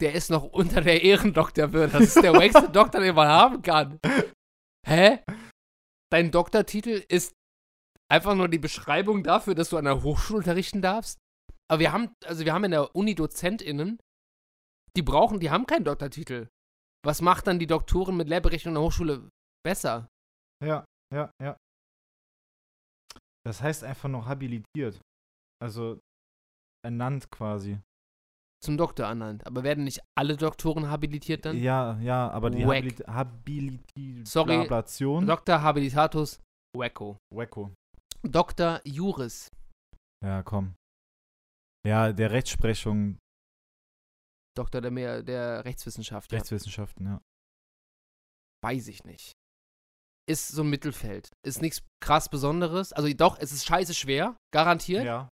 Speaker 2: der ist noch unter der Ehrendoktorwürde. Das ist der wackste Doktor, den man haben kann. Hä? Dein Doktortitel ist einfach nur die Beschreibung dafür, dass du an der Hochschule unterrichten darfst. Aber wir haben, also wir haben in der Uni DozentInnen, die brauchen, die haben keinen Doktortitel. Was macht dann die Doktoren mit Lehrberechtigung an der Hochschule besser?
Speaker 1: Ja, ja, ja. Das heißt einfach nur habilitiert. Also ernannt quasi.
Speaker 2: Zum Doktor ernannt. Aber werden nicht alle Doktoren habilitiert dann?
Speaker 1: Ja, ja, aber die
Speaker 2: Wack.
Speaker 1: Habilit
Speaker 2: Sorry.
Speaker 1: Habilitation.
Speaker 2: Doktor Habilitatus Wacko.
Speaker 1: Wacko.
Speaker 2: Doktor Juris.
Speaker 1: Ja, komm. Ja, der Rechtsprechung,
Speaker 2: Doktor der, Meer- der Rechtswissenschaft. Ja.
Speaker 1: Rechtswissenschaften, ja.
Speaker 2: Weiß ich nicht. Ist so ein Mittelfeld. Ist nichts krass Besonderes. Also doch, es ist scheiße schwer, garantiert.
Speaker 1: Ja.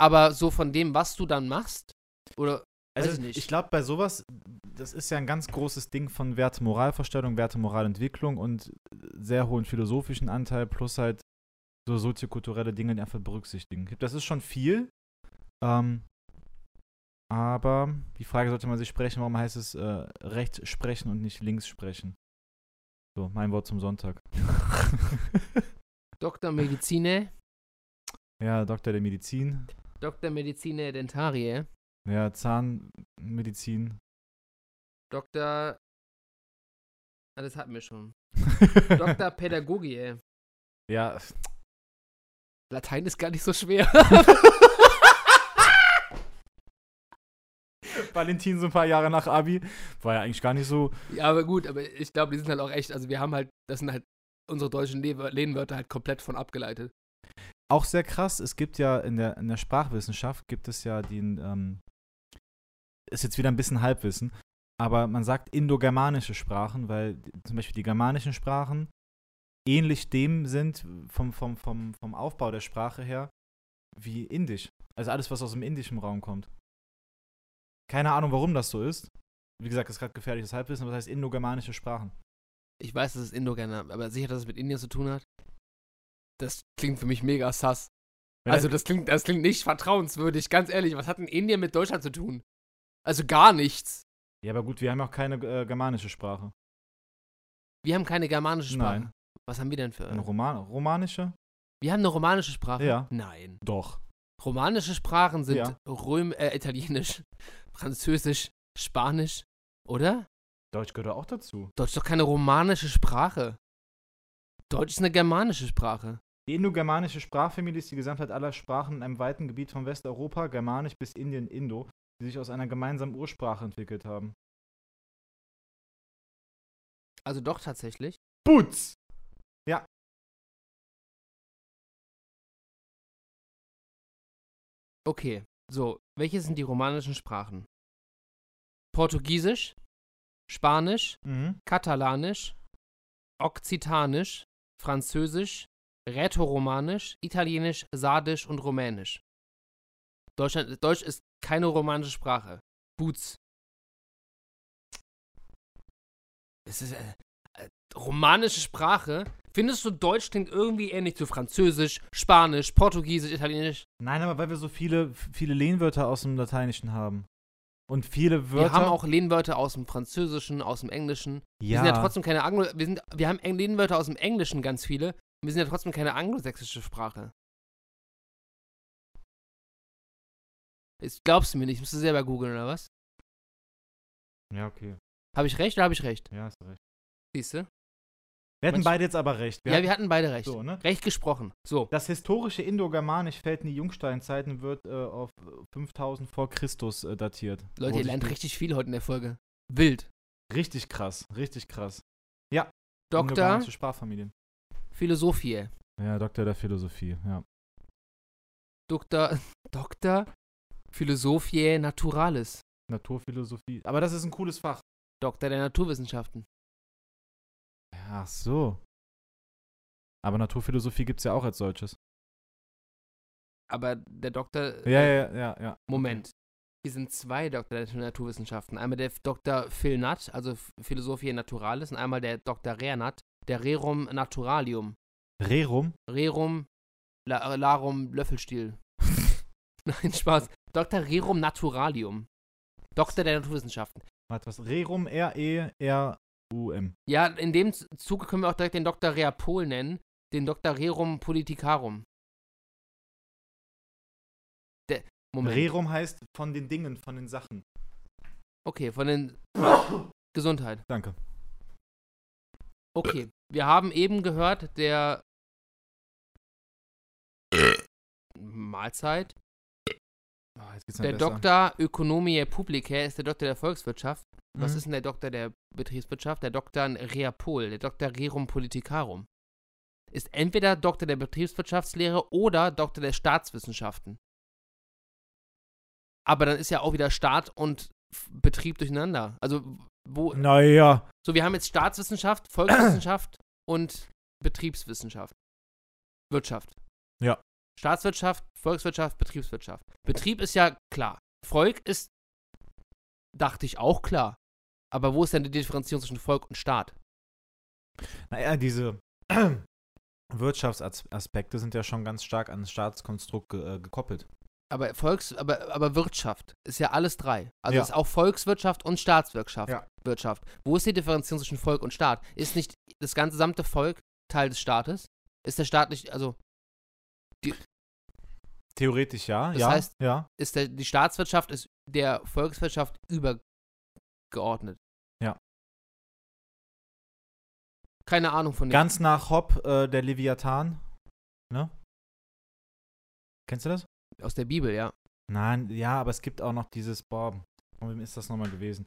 Speaker 2: Aber so von dem, was du dann machst, oder
Speaker 1: Also
Speaker 2: Weiß ich
Speaker 1: ich,
Speaker 2: nicht.
Speaker 1: glaube, bei sowas, das ist ja ein ganz großes Ding von Werte-Moralverstellung, Werte-Moralentwicklung und sehr hohen philosophischen Anteil plus halt so soziokulturelle Dinge die einfach berücksichtigen. Das ist schon viel, ähm, aber die Frage sollte man sich sprechen, warum heißt es äh, rechts sprechen und nicht links sprechen? So, mein Wort zum Sonntag.
Speaker 2: Doktor Medizine,
Speaker 1: ja, Doktor der Medizin,
Speaker 2: Doktor Medizine Dentarie,
Speaker 1: ja, Zahnmedizin.
Speaker 2: Doktor. Ah, das hatten wir schon. Doktor Pädagogie,
Speaker 1: Ja,
Speaker 2: Latein ist gar nicht so schwer.
Speaker 1: Valentin so ein paar Jahre nach Abi. War ja eigentlich gar nicht so.
Speaker 2: ja, aber gut, aber ich glaube, die sind halt auch echt, also wir haben halt, das sind halt unsere deutschen Le- Lehnwörter halt komplett von abgeleitet.
Speaker 1: Auch sehr krass, es gibt ja in der, in der Sprachwissenschaft gibt es ja den, ähm, ist jetzt wieder ein bisschen Halbwissen, aber man sagt indogermanische Sprachen, weil d- zum Beispiel die germanischen Sprachen ähnlich dem sind vom, vom, vom, vom Aufbau der Sprache her wie Indisch. Also alles, was aus dem indischen Raum kommt. Keine Ahnung, warum das so ist. Wie gesagt, das ist gerade gefährliches Halbwissen, aber das heißt indogermanische Sprachen.
Speaker 2: Ich weiß, das ist Indogerner, aber sicher, dass es mit Indien zu tun hat? Das klingt für mich mega sass.
Speaker 1: Wenn
Speaker 2: Also das klingt, das klingt nicht vertrauenswürdig, ganz ehrlich. Was hat denn Indien mit Deutschland zu tun? Also gar nichts.
Speaker 1: Ja, aber gut, wir haben auch keine äh, germanische Sprache.
Speaker 2: Wir haben keine germanische Sprache.
Speaker 1: Nein.
Speaker 2: Was haben wir denn für
Speaker 1: Eine Roman romanische?
Speaker 2: Wir haben eine romanische Äh, Sprache.
Speaker 1: Ja.
Speaker 2: Nein.
Speaker 1: Doch.
Speaker 2: Romanische Sprachen sind
Speaker 1: Ja.
Speaker 2: Röm, äh, Italienisch, Französisch, Spanisch, oder?
Speaker 1: Deutsch gehört auch dazu.
Speaker 2: Deutsch ist doch keine romanische Sprache. Deutsch ist eine germanische Sprache.
Speaker 1: Die indogermanische Sprachfamilie ist die Gesamtheit aller Sprachen in einem weiten Gebiet von Westeuropa, Germanisch bis Indien, Indo, die sich aus einer gemeinsamen Ursprache entwickelt haben.
Speaker 2: Also doch tatsächlich.
Speaker 1: Butz! Ja.
Speaker 2: Okay, so, welche sind die romanischen Sprachen? Portugiesisch, Spanisch,
Speaker 1: Mhm.
Speaker 2: Katalanisch, Okzitanisch, Französisch, Rätoromanisch, Italienisch, Sardisch und Rumänisch. Deutschland, Deutsch ist keine romanische Sprache. Boots. Es ist äh, äh, romanische Sprache. Findest du Deutsch klingt irgendwie ähnlich zu Französisch, Spanisch, Portugiesisch, Italienisch?
Speaker 1: Nein, aber weil wir so viele, viele Lehnwörter aus dem Lateinischen haben. Und viele Wörter.
Speaker 2: Wir haben auch Lehnwörter aus dem Französischen, aus dem Englischen. Wir
Speaker 1: ja,
Speaker 2: sind ja trotzdem keine Anglo. Wir, sind, wir haben Eng- Lehnwörter aus dem Englischen ganz viele. Und wir sind ja trotzdem keine anglosächsische Sprache. Das glaubst du mir nicht? Musst du selber googeln oder was?
Speaker 1: Ja, okay.
Speaker 2: Habe ich recht oder habe ich recht?
Speaker 1: Ja, hast du recht.
Speaker 2: Siehst du?
Speaker 1: Wir hatten
Speaker 2: Manch-
Speaker 1: beide jetzt aber recht.
Speaker 2: Ja, wir hatten beide recht.
Speaker 1: so, ne?
Speaker 2: Recht gesprochen. So.
Speaker 1: Das historische Indogermanisch fällt in die Jungsteinzeit und wird äh, auf 5000 vor Christus äh, datiert.
Speaker 2: Leute,
Speaker 1: Wo
Speaker 2: ihr
Speaker 1: sich
Speaker 2: lernt
Speaker 1: die-
Speaker 2: richtig viel heute in der Folge. Wild.
Speaker 1: Richtig krass, richtig krass.
Speaker 2: Doktor
Speaker 1: Indogermanische Sprachfamilien.
Speaker 2: Philosophie.
Speaker 1: Ja, Doktor der Philosophie, ja.
Speaker 2: Doktor. Doktor Philosophiae Naturalis.
Speaker 1: Naturphilosophie. Aber das ist ein cooles Fach.
Speaker 2: Doktor der Naturwissenschaften.
Speaker 1: Ach so. Aber Naturphilosophie gibt es ja auch als solches.
Speaker 2: Aber der Doktor.
Speaker 1: Ja, ja, ja, ja.
Speaker 2: Moment. Hier sind zwei Doktor der Naturwissenschaften. Einmal der Dr. Phil Nutt, also Philosophie Naturalis, und einmal der Dr. Renat, der Rerum Naturalium.
Speaker 1: Rerum?
Speaker 2: Rerum la, äh, Larum Löffelstiel. Nein, Spaß. Dr. Rerum Naturalium. Doktor der Naturwissenschaften.
Speaker 1: Warte, was? Rerum, E R-E-R-U-M.
Speaker 2: Ja, in dem Z- Zuge können wir auch direkt den Dr. Reapol nennen, den Dr. Rerum Politicarum. Der, Moment.
Speaker 1: Rerum heißt von den Dingen, von den Sachen.
Speaker 2: okay, von den Gesundheit.
Speaker 1: Danke.
Speaker 2: Okay, wir haben eben gehört, der Mahlzeit.
Speaker 1: Ah, jetzt geht's mir
Speaker 2: Der
Speaker 1: besser.
Speaker 2: Doktor Ökonomie Publicae ist der Doktor der Volkswirtschaft. Was
Speaker 1: Mhm.
Speaker 2: ist denn der Doktor der Betriebswirtschaft? Der Doktor Reapol, der Doktor Rerum Politicarum. Ist entweder Doktor der Betriebswirtschaftslehre oder Doktor der Staatswissenschaften. Aber dann ist ja auch wieder Staat und F- Betrieb durcheinander. Also, wo,
Speaker 1: Naja.
Speaker 2: so, wir haben jetzt Staatswissenschaft, Volkswissenschaft und Betriebswissenschaft. Wirtschaft.
Speaker 1: Ja.
Speaker 2: Staatswirtschaft, Volkswirtschaft, Betriebswirtschaft. Betrieb ist ja klar. Volk ist, dachte ich, auch klar. Aber wo ist denn die Differenzierung zwischen Volk und Staat?
Speaker 1: Naja, diese Wirtschaftsaspekte sind ja schon ganz stark an das Staatskonstrukt ge äh, gekoppelt.
Speaker 2: Aber Volks, aber, aber Wirtschaft ist ja alles drei. Also
Speaker 1: Ja.
Speaker 2: ist auch Volkswirtschaft und Staatswirtschaft.
Speaker 1: Ja.
Speaker 2: Wirtschaft. Wo ist die Differenzierung zwischen Volk und Staat? Ist nicht das ganze gesamte Volk Teil des Staates? Ist der Staat nicht, also
Speaker 1: Theoretisch ja.
Speaker 2: Das
Speaker 1: ja,
Speaker 2: heißt-
Speaker 1: ja.
Speaker 2: ist der, die Staatswirtschaft ist der Volkswirtschaft übergeordnet.
Speaker 1: Ja.
Speaker 2: Keine Ahnung von dem.
Speaker 1: Ganz nach Hopp, äh, der Leviathan. Ne? Kennst du das?
Speaker 2: Aus der Bibel, ja.
Speaker 1: Nein, ja, aber es gibt auch noch dieses, boah, von wem ist das nochmal gewesen?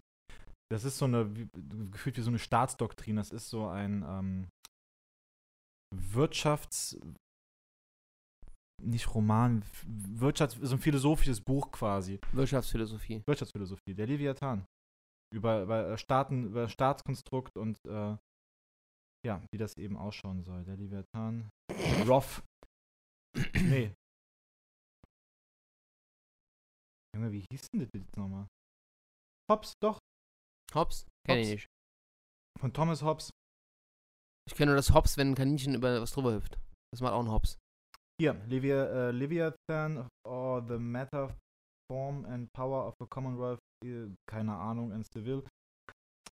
Speaker 1: Das ist so eine, wie- gefühlt wie so eine Staatsdoktrin, das ist so ein ähm, Wirtschafts, nicht Roman, Wirtschafts, so ein philosophisches Buch quasi.
Speaker 2: Wirtschaftsphilosophie.
Speaker 1: Wirtschaftsphilosophie, der Leviathan. Über, über äh, Staaten, über Staatskonstrukt und äh, ja, wie das eben ausschauen soll. Der Leviathan. Roth. Nee. Junge, wie hieß denn das jetzt nochmal? Hobbes, doch.
Speaker 2: Hobbs? Kenn ich
Speaker 1: Hobbes.
Speaker 2: nicht.
Speaker 1: Von Thomas Hobbes.
Speaker 2: Ich kenne nur das Hobbs, wenn ein Kaninchen über was drüber hüpft. Das macht auch ein Hobbs.
Speaker 1: Hier, Levia, äh, Leviathan or the Matter, Form and Power of a Commonwealth, äh, keine Ahnung, in Seville.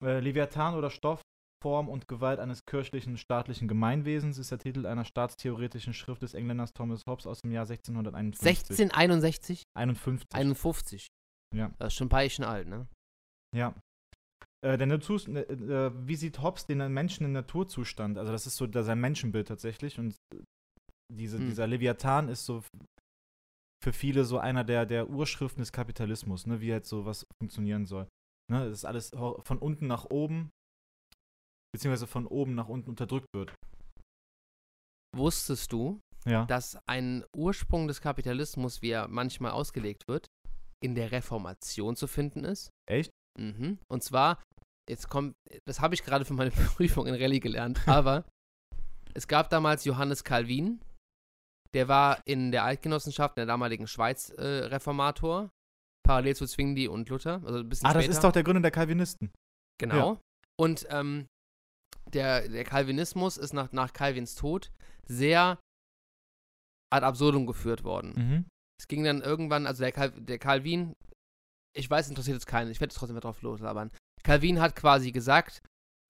Speaker 1: Äh, Leviathan oder Stoff, Form und Gewalt eines kirchlichen staatlichen Gemeinwesens ist der Titel einer staatstheoretischen Schrift des Engländers Thomas Hobbes aus dem Jahr 1651.
Speaker 2: 1661?
Speaker 1: 51.
Speaker 2: 51.
Speaker 1: Ja.
Speaker 2: Das ist schon ein paar Jährchen alt, ne?
Speaker 1: Ja. Äh, der Natur, äh, äh, wie sieht Hobbes den Menschen im Naturzustand? Also das ist so da- sein Menschenbild tatsächlich und äh, diese,
Speaker 2: Hm.
Speaker 1: dieser Leviathan ist so f- für viele so einer der, der Urschriften des Kapitalismus, ne? wie halt sowas funktionieren soll. Ne? Das ist alles hor- von unten nach oben, beziehungsweise von oben nach unten unterdrückt wird.
Speaker 2: Wusstest du,
Speaker 1: Ja.
Speaker 2: dass ein Ursprung des Kapitalismus, wie er manchmal ausgelegt wird, in der Reformation zu finden ist?
Speaker 1: Echt?
Speaker 2: Mhm. Und zwar, jetzt kommt, das habe ich gerade für meine Prüfung in Rallye gelernt, aber es gab damals Johannes Calvin, der war in der Eidgenossenschaft in der damaligen Schweiz äh, Reformator, parallel zu Zwingli und Luther, also ein bisschen
Speaker 1: Ah, das
Speaker 2: später.
Speaker 1: ist doch der Gründer der Calvinisten.
Speaker 2: Genau. Und ähm, der, der Calvinismus ist nach, nach Calvins Tod sehr ad absurdum geführt worden.
Speaker 1: Mhm.
Speaker 2: Es ging dann irgendwann, also der, Cal, der Calvin, ich weiß, interessiert jetzt keinen, ich werde jetzt trotzdem mal drauf loslabern. Calvin hat quasi gesagt,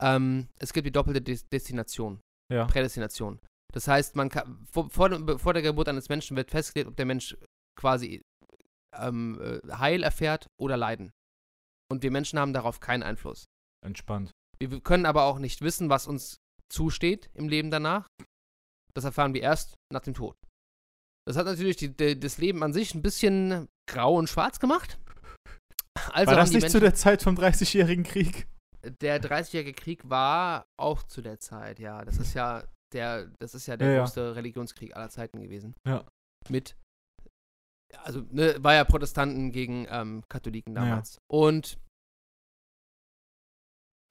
Speaker 2: ähm, es gibt die doppelte Des Destination,
Speaker 1: Ja.
Speaker 2: Prädestination. Das heißt, man kann, vor, vor, dem- vor der Geburt eines Menschen wird festgelegt, ob der Mensch quasi ähm, äh, Heil erfährt oder Leiden. Und wir Menschen haben darauf keinen Einfluss.
Speaker 1: Entspannt.
Speaker 2: Wir können aber auch nicht wissen, was uns zusteht im Leben danach. Das erfahren wir erst nach dem Tod. Das hat natürlich die, die, das Leben an sich ein bisschen grau und schwarz gemacht. Also
Speaker 1: War
Speaker 2: haben
Speaker 1: das
Speaker 2: die
Speaker 1: nicht zu
Speaker 2: Menschen-
Speaker 1: der Zeit vom 30-jährigen Krieg?
Speaker 2: der 30-jährige Krieg war auch zu der Zeit, ja. Das ist ja der, das ist ja der
Speaker 1: Ja, ja.
Speaker 2: größte Religionskrieg aller Zeiten gewesen.
Speaker 1: Ja.
Speaker 2: Mit, also ne, war ja Protestanten gegen ähm, Katholiken
Speaker 1: Ja.
Speaker 2: damals. Und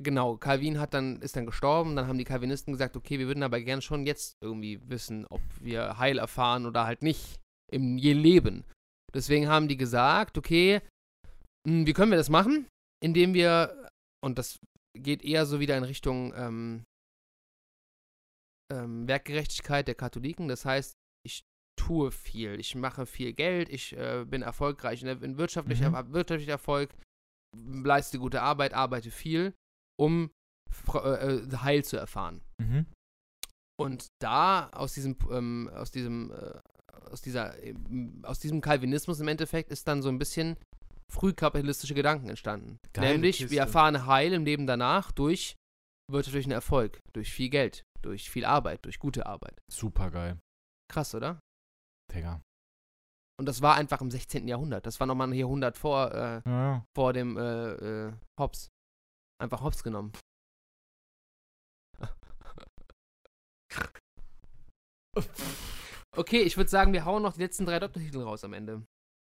Speaker 2: genau, Calvin hat dann, ist dann gestorben, dann haben die Calvinisten gesagt, okay, wir würden aber gern schon jetzt irgendwie wissen, ob wir Heil erfahren oder halt nicht im je Leben. Deswegen haben die gesagt, okay, mh, wie können wir das machen? Indem wir, und das geht eher so wieder in Richtung ähm, ähm, Werkgerechtigkeit der Katholiken. Das heißt, ich tue viel, ich mache viel Geld, ich äh, bin erfolgreich in, der, in wirtschaftlicher,
Speaker 1: Mhm.
Speaker 2: hab wirtschaftlicher Erfolg, m- leiste gute Arbeit, arbeite viel, um Fre- äh, äh, Heil zu erfahren.
Speaker 1: Mhm.
Speaker 2: Und da aus diesem, ähm, aus diesem, äh, aus dieser, ähm, aus diesem Calvinismus im Endeffekt ist dann so ein bisschen frühkapitalistische Gedanken entstanden.
Speaker 1: Geile
Speaker 2: Nämlich,
Speaker 1: Kiste.
Speaker 2: wir erfahren Heil im Leben danach durch wirtschaftlichen Erfolg, durch viel Geld, durch viel Arbeit, durch gute Arbeit.
Speaker 1: Super geil.
Speaker 2: Krass, oder?
Speaker 1: Digga.
Speaker 2: Und das war einfach im 16. Jahrhundert. Das war nochmal ein Jahrhundert vor, äh,
Speaker 1: Ja, ja.
Speaker 2: vor dem äh, äh, Hobbs. Einfach Hobbs genommen. Okay, ich würde sagen, wir hauen noch die letzten drei Doktortitel raus am Ende.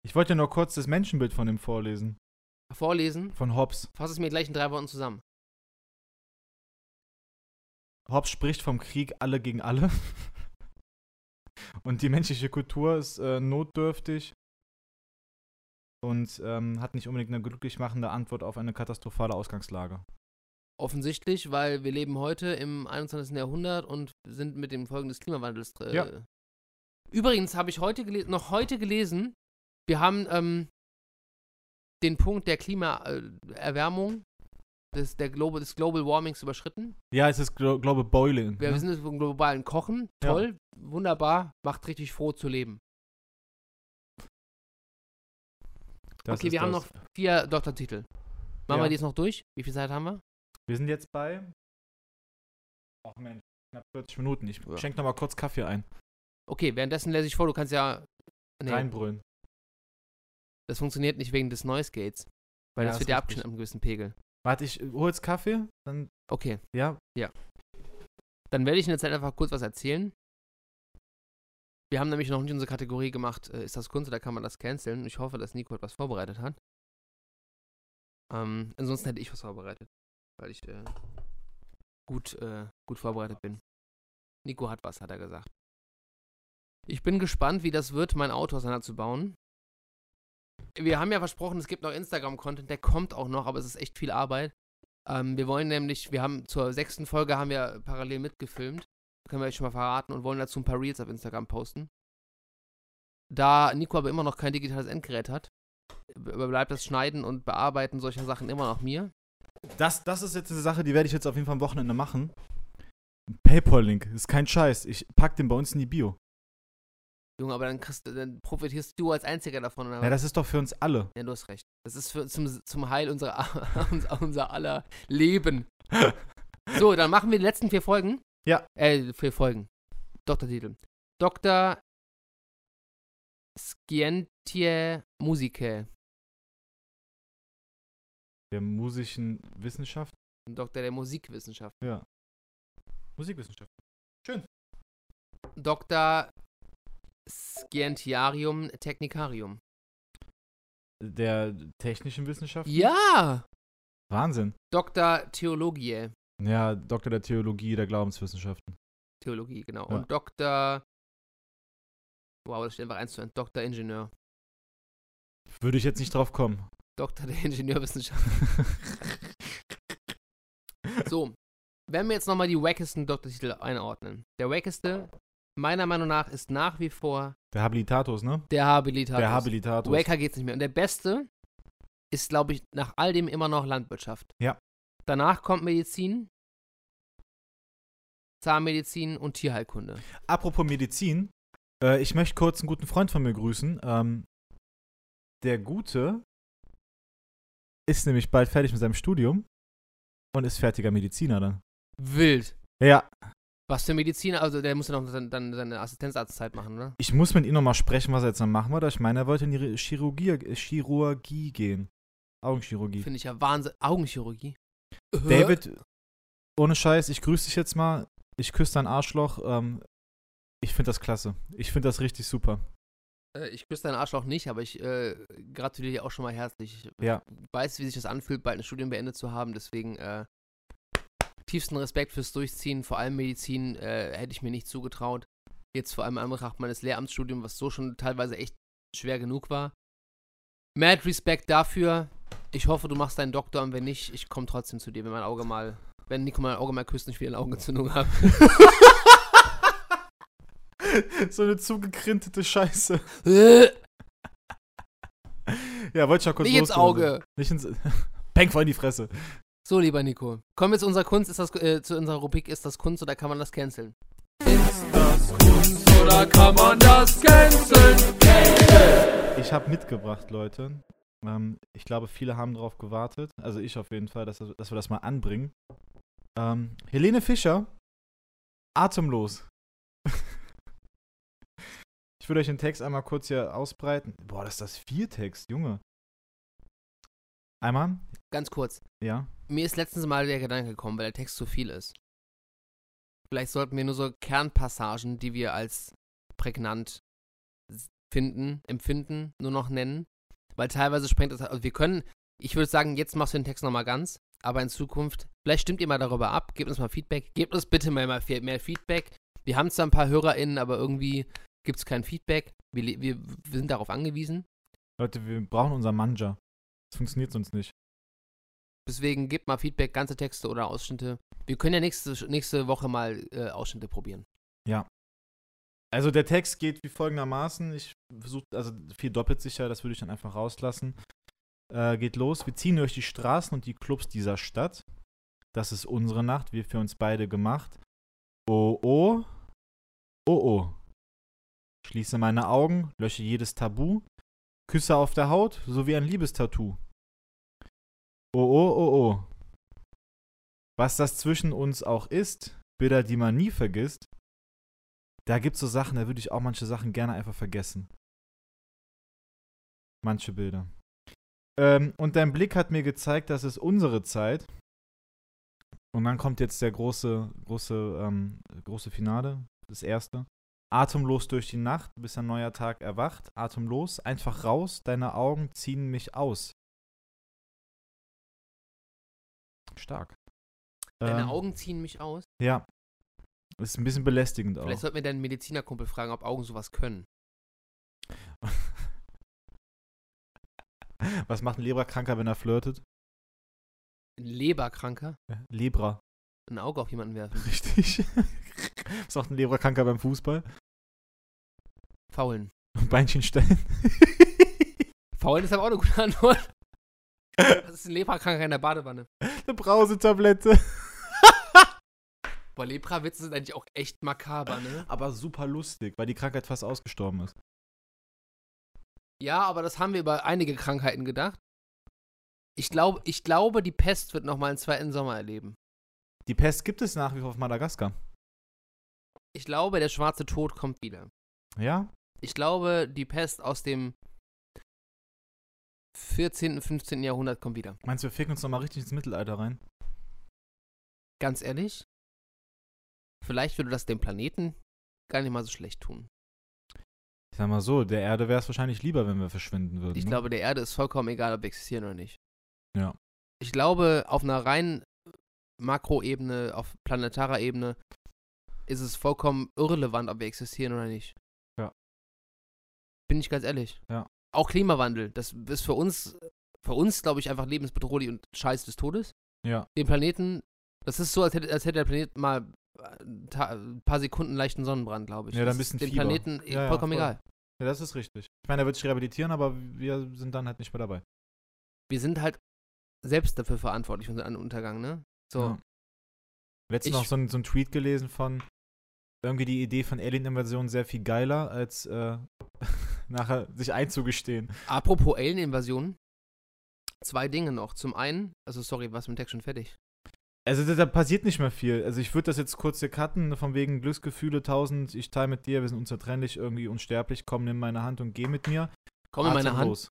Speaker 1: Ich wollte ja nur kurz das Menschenbild von ihm vorlesen.
Speaker 2: Vorlesen,
Speaker 1: Von Hobbes.
Speaker 2: fass es mir gleich in drei Worten zusammen.
Speaker 1: Hobbes spricht vom Krieg alle gegen alle. Und die menschliche Kultur ist äh, notdürftig und ähm, hat nicht unbedingt eine glücklich machende Antwort auf eine katastrophale Ausgangslage.
Speaker 2: Offensichtlich, weil wir leben heute im 21. Jahrhundert und sind mit den Folgen des Klimawandels drin.
Speaker 1: Ja.
Speaker 2: Übrigens habe ich heute gele- noch heute gelesen, wir haben ähm, den Punkt der Klimaerwärmung, des, der Global, des Global Warmings überschritten.
Speaker 1: Ja, es ist, glo glaube Boiling.
Speaker 2: Wir
Speaker 1: ne?
Speaker 2: sind jetzt im globalen Kochen.
Speaker 1: Ja.
Speaker 2: Toll, wunderbar, macht richtig froh zu leben.
Speaker 1: Das
Speaker 2: okay,
Speaker 1: ist
Speaker 2: wir haben
Speaker 1: das.
Speaker 2: noch vier Doktortitel. Machen
Speaker 1: Ja.
Speaker 2: wir die jetzt noch durch? Wie viel Zeit haben wir?
Speaker 1: Wir sind jetzt bei. Ach Mensch, knapp 40 Minuten. Ich
Speaker 2: Ja.
Speaker 1: schenke nochmal kurz Kaffee ein.
Speaker 2: Okay, währenddessen lese ich vor, du kannst ja Nee,
Speaker 1: Reinbrüllen.
Speaker 2: das funktioniert nicht wegen des Noise Gates. Weil
Speaker 1: Ja,
Speaker 2: das
Speaker 1: ist
Speaker 2: wird ja
Speaker 1: richtig.
Speaker 2: abgeschnitten am gewissen Pegel.
Speaker 1: Warte, ich äh, hol jetzt Kaffee, dann,
Speaker 2: Okay.
Speaker 1: ja.
Speaker 2: Dann werde ich in der Zeit einfach kurz was erzählen. Wir haben nämlich noch nicht unsere Kategorie gemacht, äh, ist das Kunst oder kann man das canceln? Ich hoffe, dass Nico etwas vorbereitet hat. Ähm, ansonsten hätte ich was vorbereitet, weil ich äh, gut, äh, gut vorbereitet bin. Nico hat was, hat er gesagt. Ich bin gespannt, wie das wird, mein Auto auseinanderzubauen. Wir haben ja versprochen, es gibt noch Instagram-Content, der kommt auch noch, aber es ist echt viel Arbeit. Ähm, wir wollen nämlich, wir haben zur sechsten Folge haben wir parallel mitgefilmt. Können wir euch schon mal verraten und wollen dazu ein paar Reels auf Instagram posten. Da Nico aber immer noch kein digitales Endgerät hat, be- bleibt das Schneiden und Bearbeiten solcher Sachen immer noch mir.
Speaker 1: Das, das ist jetzt eine Sache, die werde ich jetzt auf jeden Fall am Wochenende machen. Ein Paypal-Link, ist kein Scheiß. Ich pack den bei uns in die Bio.
Speaker 2: Junge, aber dann, kriegst, du- dann profitierst du als Einziger davon. Oder?
Speaker 1: Ja, das ist doch für uns alle.
Speaker 2: ja, du hast recht. Das ist für, zum, zum Heil unserer, unser, unser aller Leben. So, dann machen wir die letzten vier Folgen.
Speaker 1: Ja.
Speaker 2: Äh, vier Folgen. Doktortitel. Dr. Scientie Musicae.
Speaker 1: Der musischen Wissenschaft.
Speaker 2: Doktor der Musikwissenschaft.
Speaker 1: Ja. Musikwissenschaft.
Speaker 2: Dr. Scientiarium Technicarium.
Speaker 1: Der technischen Wissenschaft.
Speaker 2: Ja!
Speaker 1: Wahnsinn.
Speaker 2: Dr. Theologie.
Speaker 1: Ja, Doktor der Theologie, der Glaubenswissenschaften.
Speaker 2: Theologie, genau.
Speaker 1: Ja.
Speaker 2: Und Dr. Wow, das steht einfach eins zu eins. Dr. Ingenieur.
Speaker 1: Würde ich jetzt nicht drauf kommen.
Speaker 2: Doktor der Ingenieurwissenschaft. So, wenn wir jetzt nochmal die wackesten Doktortitel einordnen. Der wackeste, meiner Meinung nach, ist nach wie vor
Speaker 1: der Habilitatus, ne?
Speaker 2: der Habilitatus.
Speaker 1: Der Habilitatus.
Speaker 2: Wacker geht's nicht mehr. Und der beste ist, glaube ich, nach all dem immer noch Landwirtschaft.
Speaker 1: Ja.
Speaker 2: Danach kommt Medizin, Zahnmedizin und Tierheilkunde.
Speaker 1: Apropos Medizin, äh, ich möchte kurz einen guten Freund von mir grüßen. Ähm, der Gute ist nämlich bald fertig mit seinem Studium und ist fertiger Mediziner dann.
Speaker 2: Wild.
Speaker 1: Ja,
Speaker 2: Was für Medizin, also der muss ja noch dann, dann seine Assistenzarztzeit machen, ne?
Speaker 1: ich muss mit ihm nochmal sprechen, was er jetzt dann machen wird. aber Ich meine, er wollte in die Re- Chirurgie, äh, Chirurgie gehen. Augenchirurgie.
Speaker 2: Finde ich ja Wahnsinn. Augenchirurgie.
Speaker 1: David, ohne Scheiß, ich grüße dich jetzt mal. Ich küsse dein Arschloch. Ähm, ich finde das klasse. Ich finde das richtig super.
Speaker 2: Äh, ich küsse deinen Arschloch nicht, aber ich äh, gratuliere dir auch schon mal herzlich. Ich
Speaker 1: Ja.
Speaker 2: weiß, wie sich das anfühlt, bald ein Studium beendet zu haben, deswegen äh, tiefsten Respekt fürs Durchziehen, vor allem Medizin äh, hätte ich mir nicht zugetraut. Jetzt vor allem in Anbetracht meines Lehramtsstudiums, was so schon teilweise echt schwer genug war. Mad Respekt dafür. Ich hoffe, du machst deinen Doktor und wenn nicht, ich komme trotzdem zu dir, wenn mein Auge mal, wenn Nico mein Auge mal küsst und ich wieder eine Augenentzündung habe.
Speaker 1: so eine zugekrintete Scheiße.
Speaker 2: Äh,
Speaker 1: Ja, wollte ich noch kurz
Speaker 2: nicht ins
Speaker 1: loswerden.
Speaker 2: Auge.
Speaker 1: Nicht ins. Bang voll in die Fresse.
Speaker 2: So, lieber Nico, kommen wir zu unserer Kunst, ist das, äh, zu unserer Rubrik Ist das Kunst oder kann man das canceln?
Speaker 4: Oder kann man das canceln?
Speaker 1: Ich habe mitgebracht, Leute. Ähm, ich glaube, viele haben darauf gewartet. Also ich auf jeden Fall, dass, dass wir das mal anbringen. Ähm, Helene Fischer, atemlos. ich würde euch den Text einmal kurz hier ausbreiten. Boah, das ist das Viertext, Junge. Einmal?
Speaker 2: Ganz kurz.
Speaker 1: Ja.
Speaker 2: Mir ist letztens mal der Gedanke gekommen, weil der Text zu viel ist. Vielleicht sollten wir nur so Kernpassagen, die wir als prägnant s- finden, empfinden, nur noch nennen. Weil teilweise sprengt das. Also wir können, ich würde sagen, jetzt machst du den Text nochmal ganz, aber in Zukunft, vielleicht stimmt ihr mal darüber ab, gebt uns mal Feedback. Gebt uns bitte mal mal fe- mehr Feedback. Wir haben zwar ein paar HörerInnen, aber irgendwie gibt es kein Feedback. Wir, le- wir, wir sind darauf angewiesen.
Speaker 1: Leute, wir brauchen unser Manja. Das funktioniert sonst nicht.
Speaker 2: Deswegen gebt mal Feedback, ganze Texte oder Ausschnitte. Wir können ja nächste, nächste Woche mal äh, Ausschnitte probieren.
Speaker 1: Also der Text geht wie folgendermaßen. Ich versuche, also viel doppelt sicher, das würde ich dann einfach rauslassen. Äh, geht los. Wir ziehen durch die Straßen und die Clubs dieser Stadt. Das ist unsere Nacht, wir für uns beide gemacht. Oh oh. Oh oh. Schließe meine Augen, lösche jedes Tabu. Küsse auf der Haut, so wie ein Liebestattoo. Oh oh oh oh. Was das zwischen uns auch ist, Bilder, die man nie vergisst, da gibt's so Sachen, da würde ich auch manche Sachen gerne einfach vergessen. Manche Bilder. Ähm, und dein Blick hat mir gezeigt, das ist unsere Zeit. Und dann kommt jetzt der große, große, ähm, große Finale, das erste. Atemlos durch die Nacht, bis ein neuer Tag erwacht. Atemlos, einfach raus, deine Augen ziehen mich aus. Stark.
Speaker 2: Deine
Speaker 1: Ähm,
Speaker 2: Augen ziehen mich aus.
Speaker 1: Ja. Ist ein bisschen belästigend auch.
Speaker 2: Vielleicht sollten wir deinen Medizinerkumpel fragen, ob Augen sowas können.
Speaker 1: Was macht ein Lebrakranker, wenn er flirtet? Äh,
Speaker 2: Ein Leberkranker
Speaker 1: Lebra.
Speaker 2: ein Auge auf jemanden werfen.
Speaker 1: Richtig. Was macht ein Lebrakranker beim Fußball?
Speaker 2: Faulen.
Speaker 1: Beinchen stellen.
Speaker 2: Faulen ist aber auch eine gute Antwort. Das ist ein Leprakranker in der Badewanne.
Speaker 1: Eine Brausetablette.
Speaker 2: Boah, Lepra-Witze sind eigentlich auch echt makaber, ne?
Speaker 1: Aber super lustig, weil die Krankheit fast ausgestorben ist.
Speaker 2: Ja, aber das haben wir über einige Krankheiten gedacht. Ich, glaub, ich glaube, die Pest wird nochmal einen zweiten Sommer erleben.
Speaker 1: Die Pest gibt es nach wie vor auf Madagaskar.
Speaker 2: Ich glaube, der schwarze Tod kommt wieder.
Speaker 1: Ja?
Speaker 2: Ich glaube, die Pest aus dem 14., 15. Jahrhundert kommt wieder.
Speaker 1: Meinst du, wir ficken uns nochmal richtig ins Mittelalter rein?
Speaker 2: Ganz ehrlich, vielleicht würde das dem Planeten gar nicht mal so schlecht tun.
Speaker 1: Ich sag mal so, der Erde wäre es wahrscheinlich lieber, wenn wir verschwinden würden.
Speaker 2: Ich
Speaker 1: ne?
Speaker 2: glaube, der Erde ist vollkommen egal, ob wir existieren oder nicht.
Speaker 1: Ja.
Speaker 2: Ich glaube, auf einer reinen Makroebene, auf planetarer Ebene, ist es vollkommen irrelevant, ob wir existieren oder nicht.
Speaker 1: Ja.
Speaker 2: Bin ich ganz ehrlich.
Speaker 1: Ja.
Speaker 2: Auch Klimawandel, das ist für uns, für uns, glaube ich, einfach lebensbedrohlich und Scheiß des Todes.
Speaker 1: Ja.
Speaker 2: Den Planeten, das ist so, als hätte, als hätte der Planet mal ein ta- ein paar Sekunden leichten Sonnenbrand, glaube ich.
Speaker 1: Ja, dann
Speaker 2: Das
Speaker 1: ein
Speaker 2: ist
Speaker 1: bisschen
Speaker 2: Den
Speaker 1: Fieber.
Speaker 2: Planeten
Speaker 1: Ja, ja,
Speaker 2: vollkommen
Speaker 1: voll.
Speaker 2: egal.
Speaker 1: Ja, das ist richtig. Ich meine, er wird sich rehabilitieren, aber wir sind dann halt nicht mehr dabei.
Speaker 2: wir sind halt selbst dafür verantwortlich für unseren Untergang, ne? So,
Speaker 1: Ja. Letztens
Speaker 2: Ich-
Speaker 1: noch so ein, so ein Tweet gelesen von irgendwie die Idee von Alien-Invasion sehr viel geiler, als äh, nachher sich einzugestehen.
Speaker 2: apropos Alien-Invasion, zwei Dinge noch. Zum einen, also sorry, was mit Text schon fertig.
Speaker 1: Also da, da passiert nicht mehr viel. Also ich würde das jetzt kurz hier cutten, von wegen Glücksgefühle 1000, ich teile mit dir, wir sind unzertrennlich, irgendwie unsterblich, komm, nimm meine Hand und geh mit mir.
Speaker 2: Komm in meine Hand.
Speaker 1: Atemlos.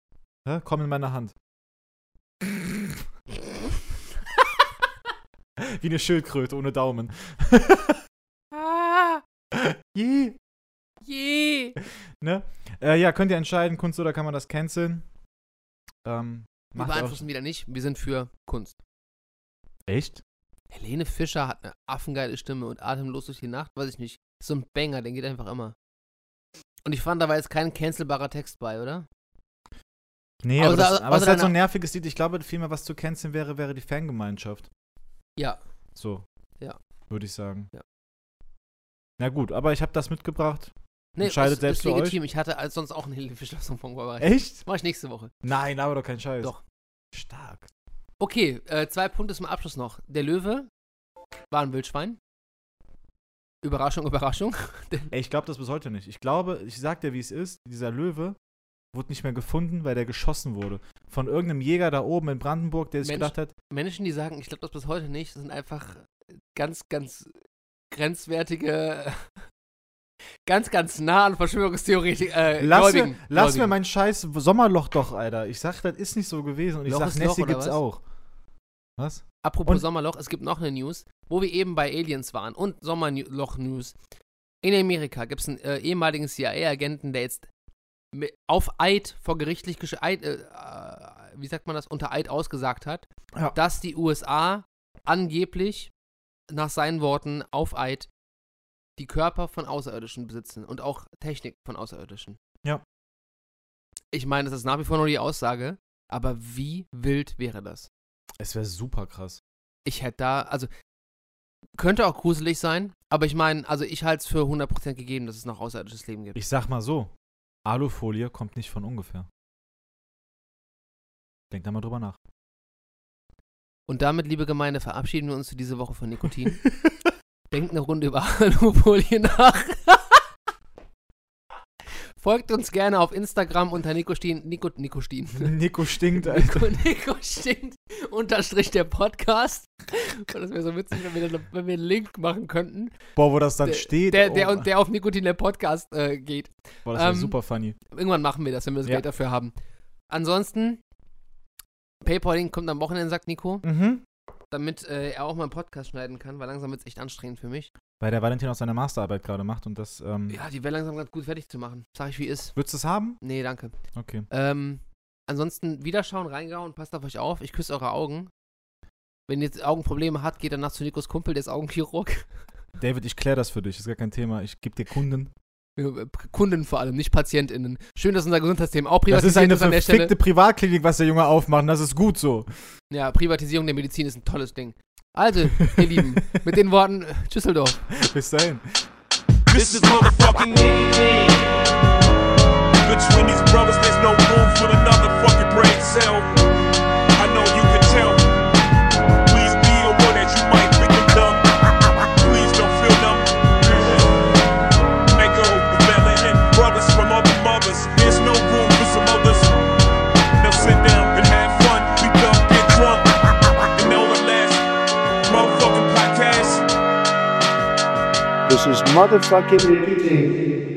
Speaker 1: Hä? Komm in meine Hand. Wie eine Schildkröte ohne Daumen.
Speaker 2: Ah,
Speaker 1: Yeah.
Speaker 2: je.
Speaker 1: Äh, ja, könnt ihr entscheiden, Kunst oder kann man das canceln? Ähm,
Speaker 2: Wir
Speaker 1: macht auch.
Speaker 2: beeinflussen wieder nicht, wir sind für Kunst.
Speaker 1: Echt?
Speaker 2: Helene Fischer hat eine affengeile Stimme und atemlos durch die Nacht, weiß ich nicht. Ist so ein Banger, den geht einfach immer. Und ich fand, da war jetzt kein cancelbarer Text bei, oder?
Speaker 1: Nee,
Speaker 2: Außer-
Speaker 1: aber, das, aber es
Speaker 2: außer
Speaker 1: ist halt so
Speaker 2: deiner-
Speaker 1: ein nerviges Lied. Ich glaube, vielmehr, was zu canceln wäre, wäre die Fangemeinschaft.
Speaker 2: Ja.
Speaker 1: So.
Speaker 2: Ja.
Speaker 1: Würde ich sagen.
Speaker 2: Ja.
Speaker 1: Na gut, aber ich habe das mitgebracht. Entscheidet
Speaker 2: ist,
Speaker 1: selbst
Speaker 2: ist
Speaker 1: für euch.
Speaker 2: legitim. Ich hatte als sonst auch einen Helene Fischer-Song von vorbereitet.
Speaker 1: Echt?
Speaker 2: Mach ich nächste Woche.
Speaker 1: Nein, aber doch kein Scheiß.
Speaker 2: Doch.
Speaker 1: Stark.
Speaker 2: Okay, äh, zwei Punkte zum Abschluss noch. Der Löwe war ein Wildschwein. Überraschung, Überraschung.
Speaker 1: Ey, ich glaube das bis heute nicht. Ich glaube, ich sag dir, wie es ist, dieser Löwe wurde nicht mehr gefunden, weil der geschossen wurde. Von irgendeinem Jäger da oben in Brandenburg, der sich
Speaker 2: Mensch.
Speaker 1: gedacht hat,
Speaker 2: Menschen, die sagen, ich glaube das bis heute nicht, sind einfach ganz, ganz grenzwertige, ganz, ganz nah an Verschwörungstheorie. Äh,
Speaker 1: Lass, mir,
Speaker 2: Gläubigen.
Speaker 1: lass mir
Speaker 2: Gläubigen.
Speaker 1: mein scheiß Sommerloch doch, Alter. Ich sag, das ist nicht so gewesen. Und ich
Speaker 2: Loch
Speaker 1: sag,
Speaker 2: ist Loch,
Speaker 1: Nessie
Speaker 2: oder
Speaker 1: gibt's
Speaker 2: was?
Speaker 1: auch. Was?
Speaker 2: Apropos
Speaker 1: Und-
Speaker 2: Sommerloch, es gibt noch eine News, wo wir eben bei Aliens waren und Sommerloch-News. In Amerika gibt es einen äh, ehemaligen CIA-Agenten, der jetzt mi- auf Eid vor gerichtlich gesch- Eid, äh, äh, wie sagt man das, unter Eid ausgesagt hat,
Speaker 1: Ja.
Speaker 2: dass die USA angeblich nach seinen Worten auf Eid die Körper von Außerirdischen besitzen und auch Technik von Außerirdischen.
Speaker 1: Ja.
Speaker 2: Ich meine, das ist nach wie vor nur die Aussage, aber wie wild wäre das?
Speaker 1: Es wäre super krass.
Speaker 2: ich hätte da, also könnte auch gruselig sein, aber ich meine, also ich halte es für 100% gegeben, dass es noch außerirdisches Leben gibt.
Speaker 1: Ich sag mal so: Alufolie kommt nicht von ungefähr. Denk da mal drüber nach.
Speaker 2: Und damit, liebe Gemeinde, verabschieden wir uns für diese Woche von Nikotin. Denkt eine Runde über Alufolie nach. Folgt uns gerne auf Instagram unter Nikostin, Nico, Nikostin.
Speaker 1: Nico stinkt, Alter.
Speaker 2: Nico, Nico stinkt unterstrich der Podcast. Und das wäre so witzig, wenn wir, wenn wir einen Link machen könnten,
Speaker 1: Boah, wo das dann
Speaker 2: Der-
Speaker 1: steht.
Speaker 2: der,
Speaker 1: oh,
Speaker 2: der, und der auf Nikotin der Podcast äh, geht.
Speaker 1: boah, das wär
Speaker 2: ähm,
Speaker 1: super funny.
Speaker 2: Irgendwann machen wir das, wenn wir das
Speaker 1: Ja.
Speaker 2: Geld dafür haben. Ansonsten, Paypal-Link kommt am Wochenende, sagt Nico,
Speaker 1: Mhm.
Speaker 2: damit äh, er auch mal einen Podcast schneiden kann, weil langsam wird es echt anstrengend für mich.
Speaker 1: Weil der Valentin auch seine Masterarbeit gerade macht und das, ähm,
Speaker 2: Ja, die wäre langsam ganz gut fertig zu machen. Sag ich, wie ist.
Speaker 1: Würdest du es haben?
Speaker 2: Nee, danke.
Speaker 1: Okay.
Speaker 2: Ähm, ansonsten, wiederschauen, reingehauen, passt auf euch auf. Ich küsse eure Augen. Wenn ihr jetzt Augenprobleme habt, geht danach zu Nikos Kumpel, der ist Augenchirurg.
Speaker 1: David, ich kläre das für dich, ist gar kein Thema. Ich gebe dir Kunden.
Speaker 2: äh, Kunden vor allem, nicht PatientInnen. Schön, dass unser Gesundheitssystem auch
Speaker 1: Das
Speaker 2: privatisiert
Speaker 1: ist eine
Speaker 2: ist an der Stelle.
Speaker 1: verfickte Privatklinik, was der Junge aufmacht. und Das ist gut so.
Speaker 2: Ja, Privatisierung der Medizin ist ein tolles Ding. Also, ihr Lieben, mit den Worten äh, Tschüsseldorf.
Speaker 1: Bis dahin.
Speaker 3: This is motherfucking Between these brothers, there's no room for another fucking brain cell. I know you can tell. Please be aware that you might pick a dumb. Please don't feel dumb. Echo, rebellion, and brothers from other mothers. There's no room for some others. Now sit down and have fun. We don't get drunk. And know the last motherfucking podcast.
Speaker 5: This is motherfucking